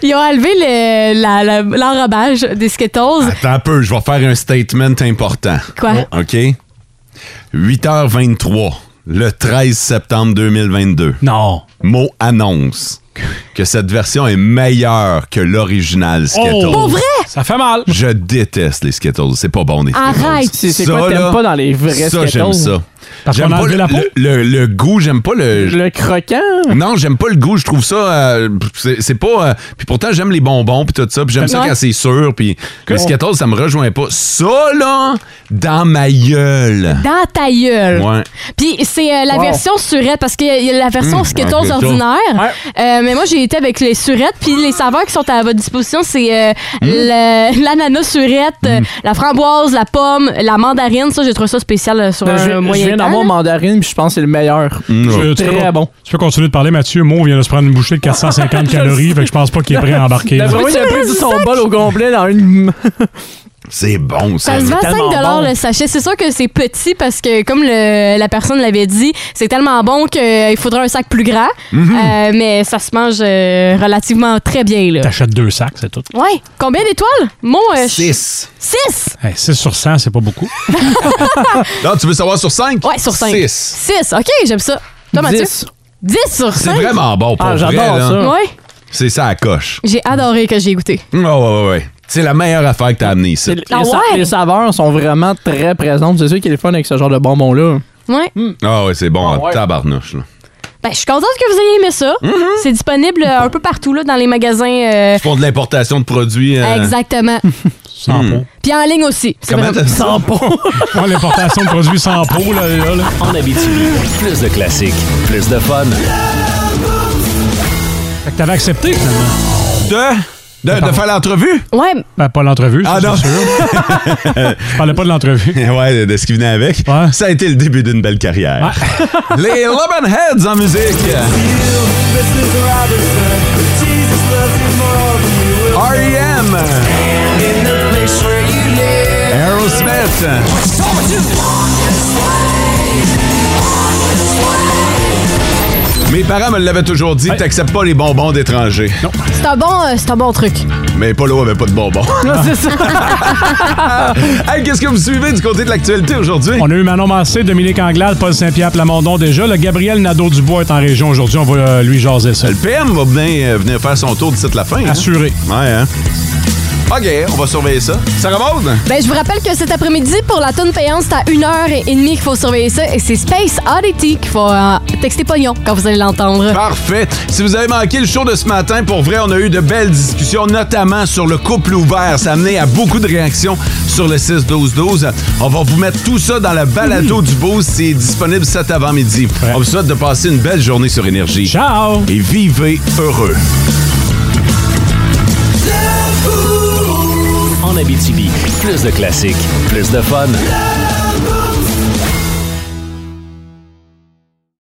Ils ont enlevé le- la- la- l'enrobage des Skittles. Attends un peu, je vais faire un statement important. Oh. Quoi? OK? 8h23, le 13 septembre 2022. Non. Mo annonce que cette version est meilleure que l'original Skittles. Pour vrai? Ça fait mal. Je déteste les Skittles. C'est pas bon, les Ah. Skittles. Arrête. C'est c'est Ça, quoi que là, t'aimes pas dans les vrais Ça, j'aime Skittles? ça. Parce J'aime qu'on a pas enlevé le, la peau? le- le- le goût, j'aime pas le... Le croquant? Non, j'aime pas le goût, je trouve ça... euh, c'est c'est pas... euh, puis pourtant, j'aime les bonbons, puis tout ça, puis j'aime ça Ouais. quand c'est sûr, puis le Skittles, ça me rejoint pas. Ça, là, dans ma gueule. Dans ta gueule. Ouais. Puis c'est euh, la Wow. version surette, parce qu'il y a- il y a la version Mmh, Skittles ouais, Skittles. ordinaire. Euh, mais moi, j'ai été avec les surettes, puis les saveurs qui sont à votre disposition, c'est euh, le- l'ananas surette, euh, la framboise, la pomme, la mandarine. Ça, j'ai trouvé ça spécial euh, sur Ben, Je, un je moyen viens temps, d'avoir là. mandarine, puis je pense que c'est le meilleur. Non. Je- Très peux- bon. Tu peux continuer de parler, Mathieu. Mo vient de se prendre une bouchée de 450 calories, fait que je pense pas qu'il est prêt à embarquer. là. D'après moi, il a perdu son bol au complet dans une. Ben, C'est bon, ça. Ça se vend C'est 5 tellement bon. le sachet. C'est sûr que c'est petit parce que, comme le- la personne l'avait dit, c'est tellement bon qu'il faudrait un sac plus grand. Mhm. Euh, mais ça se mange euh, relativement très bien. Là. T'achètes deux sacs, c'est tout. Ouais. Combien d'étoiles? euh, Moi, 6. Six. 6! Hey, 6 sur 100, c'est pas beaucoup. Non, Ah, tu veux savoir sur cinq? Ouais, sur 5. Six. 6, OK, j'aime ça. Toi, Mathieu? Dix. 10 sur 5. C'est vraiment bon, pour Ah, vrai, j'adore là. ça. Ouais. C'est ça, à coche. Ah, J'ai adoré que j'ai goûté. Ouais, ouais, ouais, ouais. C'est la meilleure affaire que t'as amenée ici. Les, Ah sa- ouais? les saveurs sont vraiment très présentes. C'est ça qui est le fun avec ce genre de bonbons-là. Ouais. Ah ouais, c'est bon, Ah en ouais. tabarnouche. là. Ben, je suis contente que vous ayez aimé ça. Mhm. C'est disponible euh, un peu partout là, dans les magasins. euh, Ils font de l'importation de produits. euh, Exactement. Hmm. sans peau. Puis en ligne aussi. C'est Comment vraiment- t'as- Sans peau. Pas l'importation de produits sans peau, là, là, là. En Abitibi, plus de classiques, plus de fun. Fait que t'avais accepté, finalement. De, de, faire l'entrevue? Ouais. Ben, pas l'entrevue, ça, Ah, non. c'est sûr. Je parlais pas de l'entrevue. ouais, de, de ce qui venait avec. Ça a été le début d'une belle carrière. Les Lemonheads en musique. E R.E.M. Aerosmith. Mes parents me l'avaient toujours dit, t'acceptes pas les bonbons d'étrangers. Non. C'est un, bon, euh, c'est un bon truc. Mais Polo avait pas de bonbons. hey, qu'est-ce que vous suivez du côté de l'actualité aujourd'hui? On a eu Manon Massé, Dominique Anglade, Paul Saint-Pierre Plamondon déjà. Le Gabriel Nadeau-Dubois est en région aujourd'hui. On va euh, lui jaser ça. Le PM va venir, euh, venir faire son tour d'ici la fin. Assuré. Ouais, hein? OK, on va surveiller ça. Ça remonte? Ben, je vous rappelle que cet après-midi, pour la tonne payante, c'est à 1h30 qu'il faut surveiller ça. Et c'est Space Oddity qu'il faut euh, texter pognon quand vous allez l'entendre. Parfait. Si vous avez manqué le show de ce matin, pour vrai, on a eu de belles discussions, notamment sur le couple ouvert. Ça a amené à beaucoup de réactions sur le 6-12-12. On va vous mettre tout ça dans la balado du beau. C'est disponible cet avant-midi. On vous souhaite de passer une belle journée sur Énergie. Ciao! Et vivez heureux. En Abitibi, plus de classiques, plus de fun.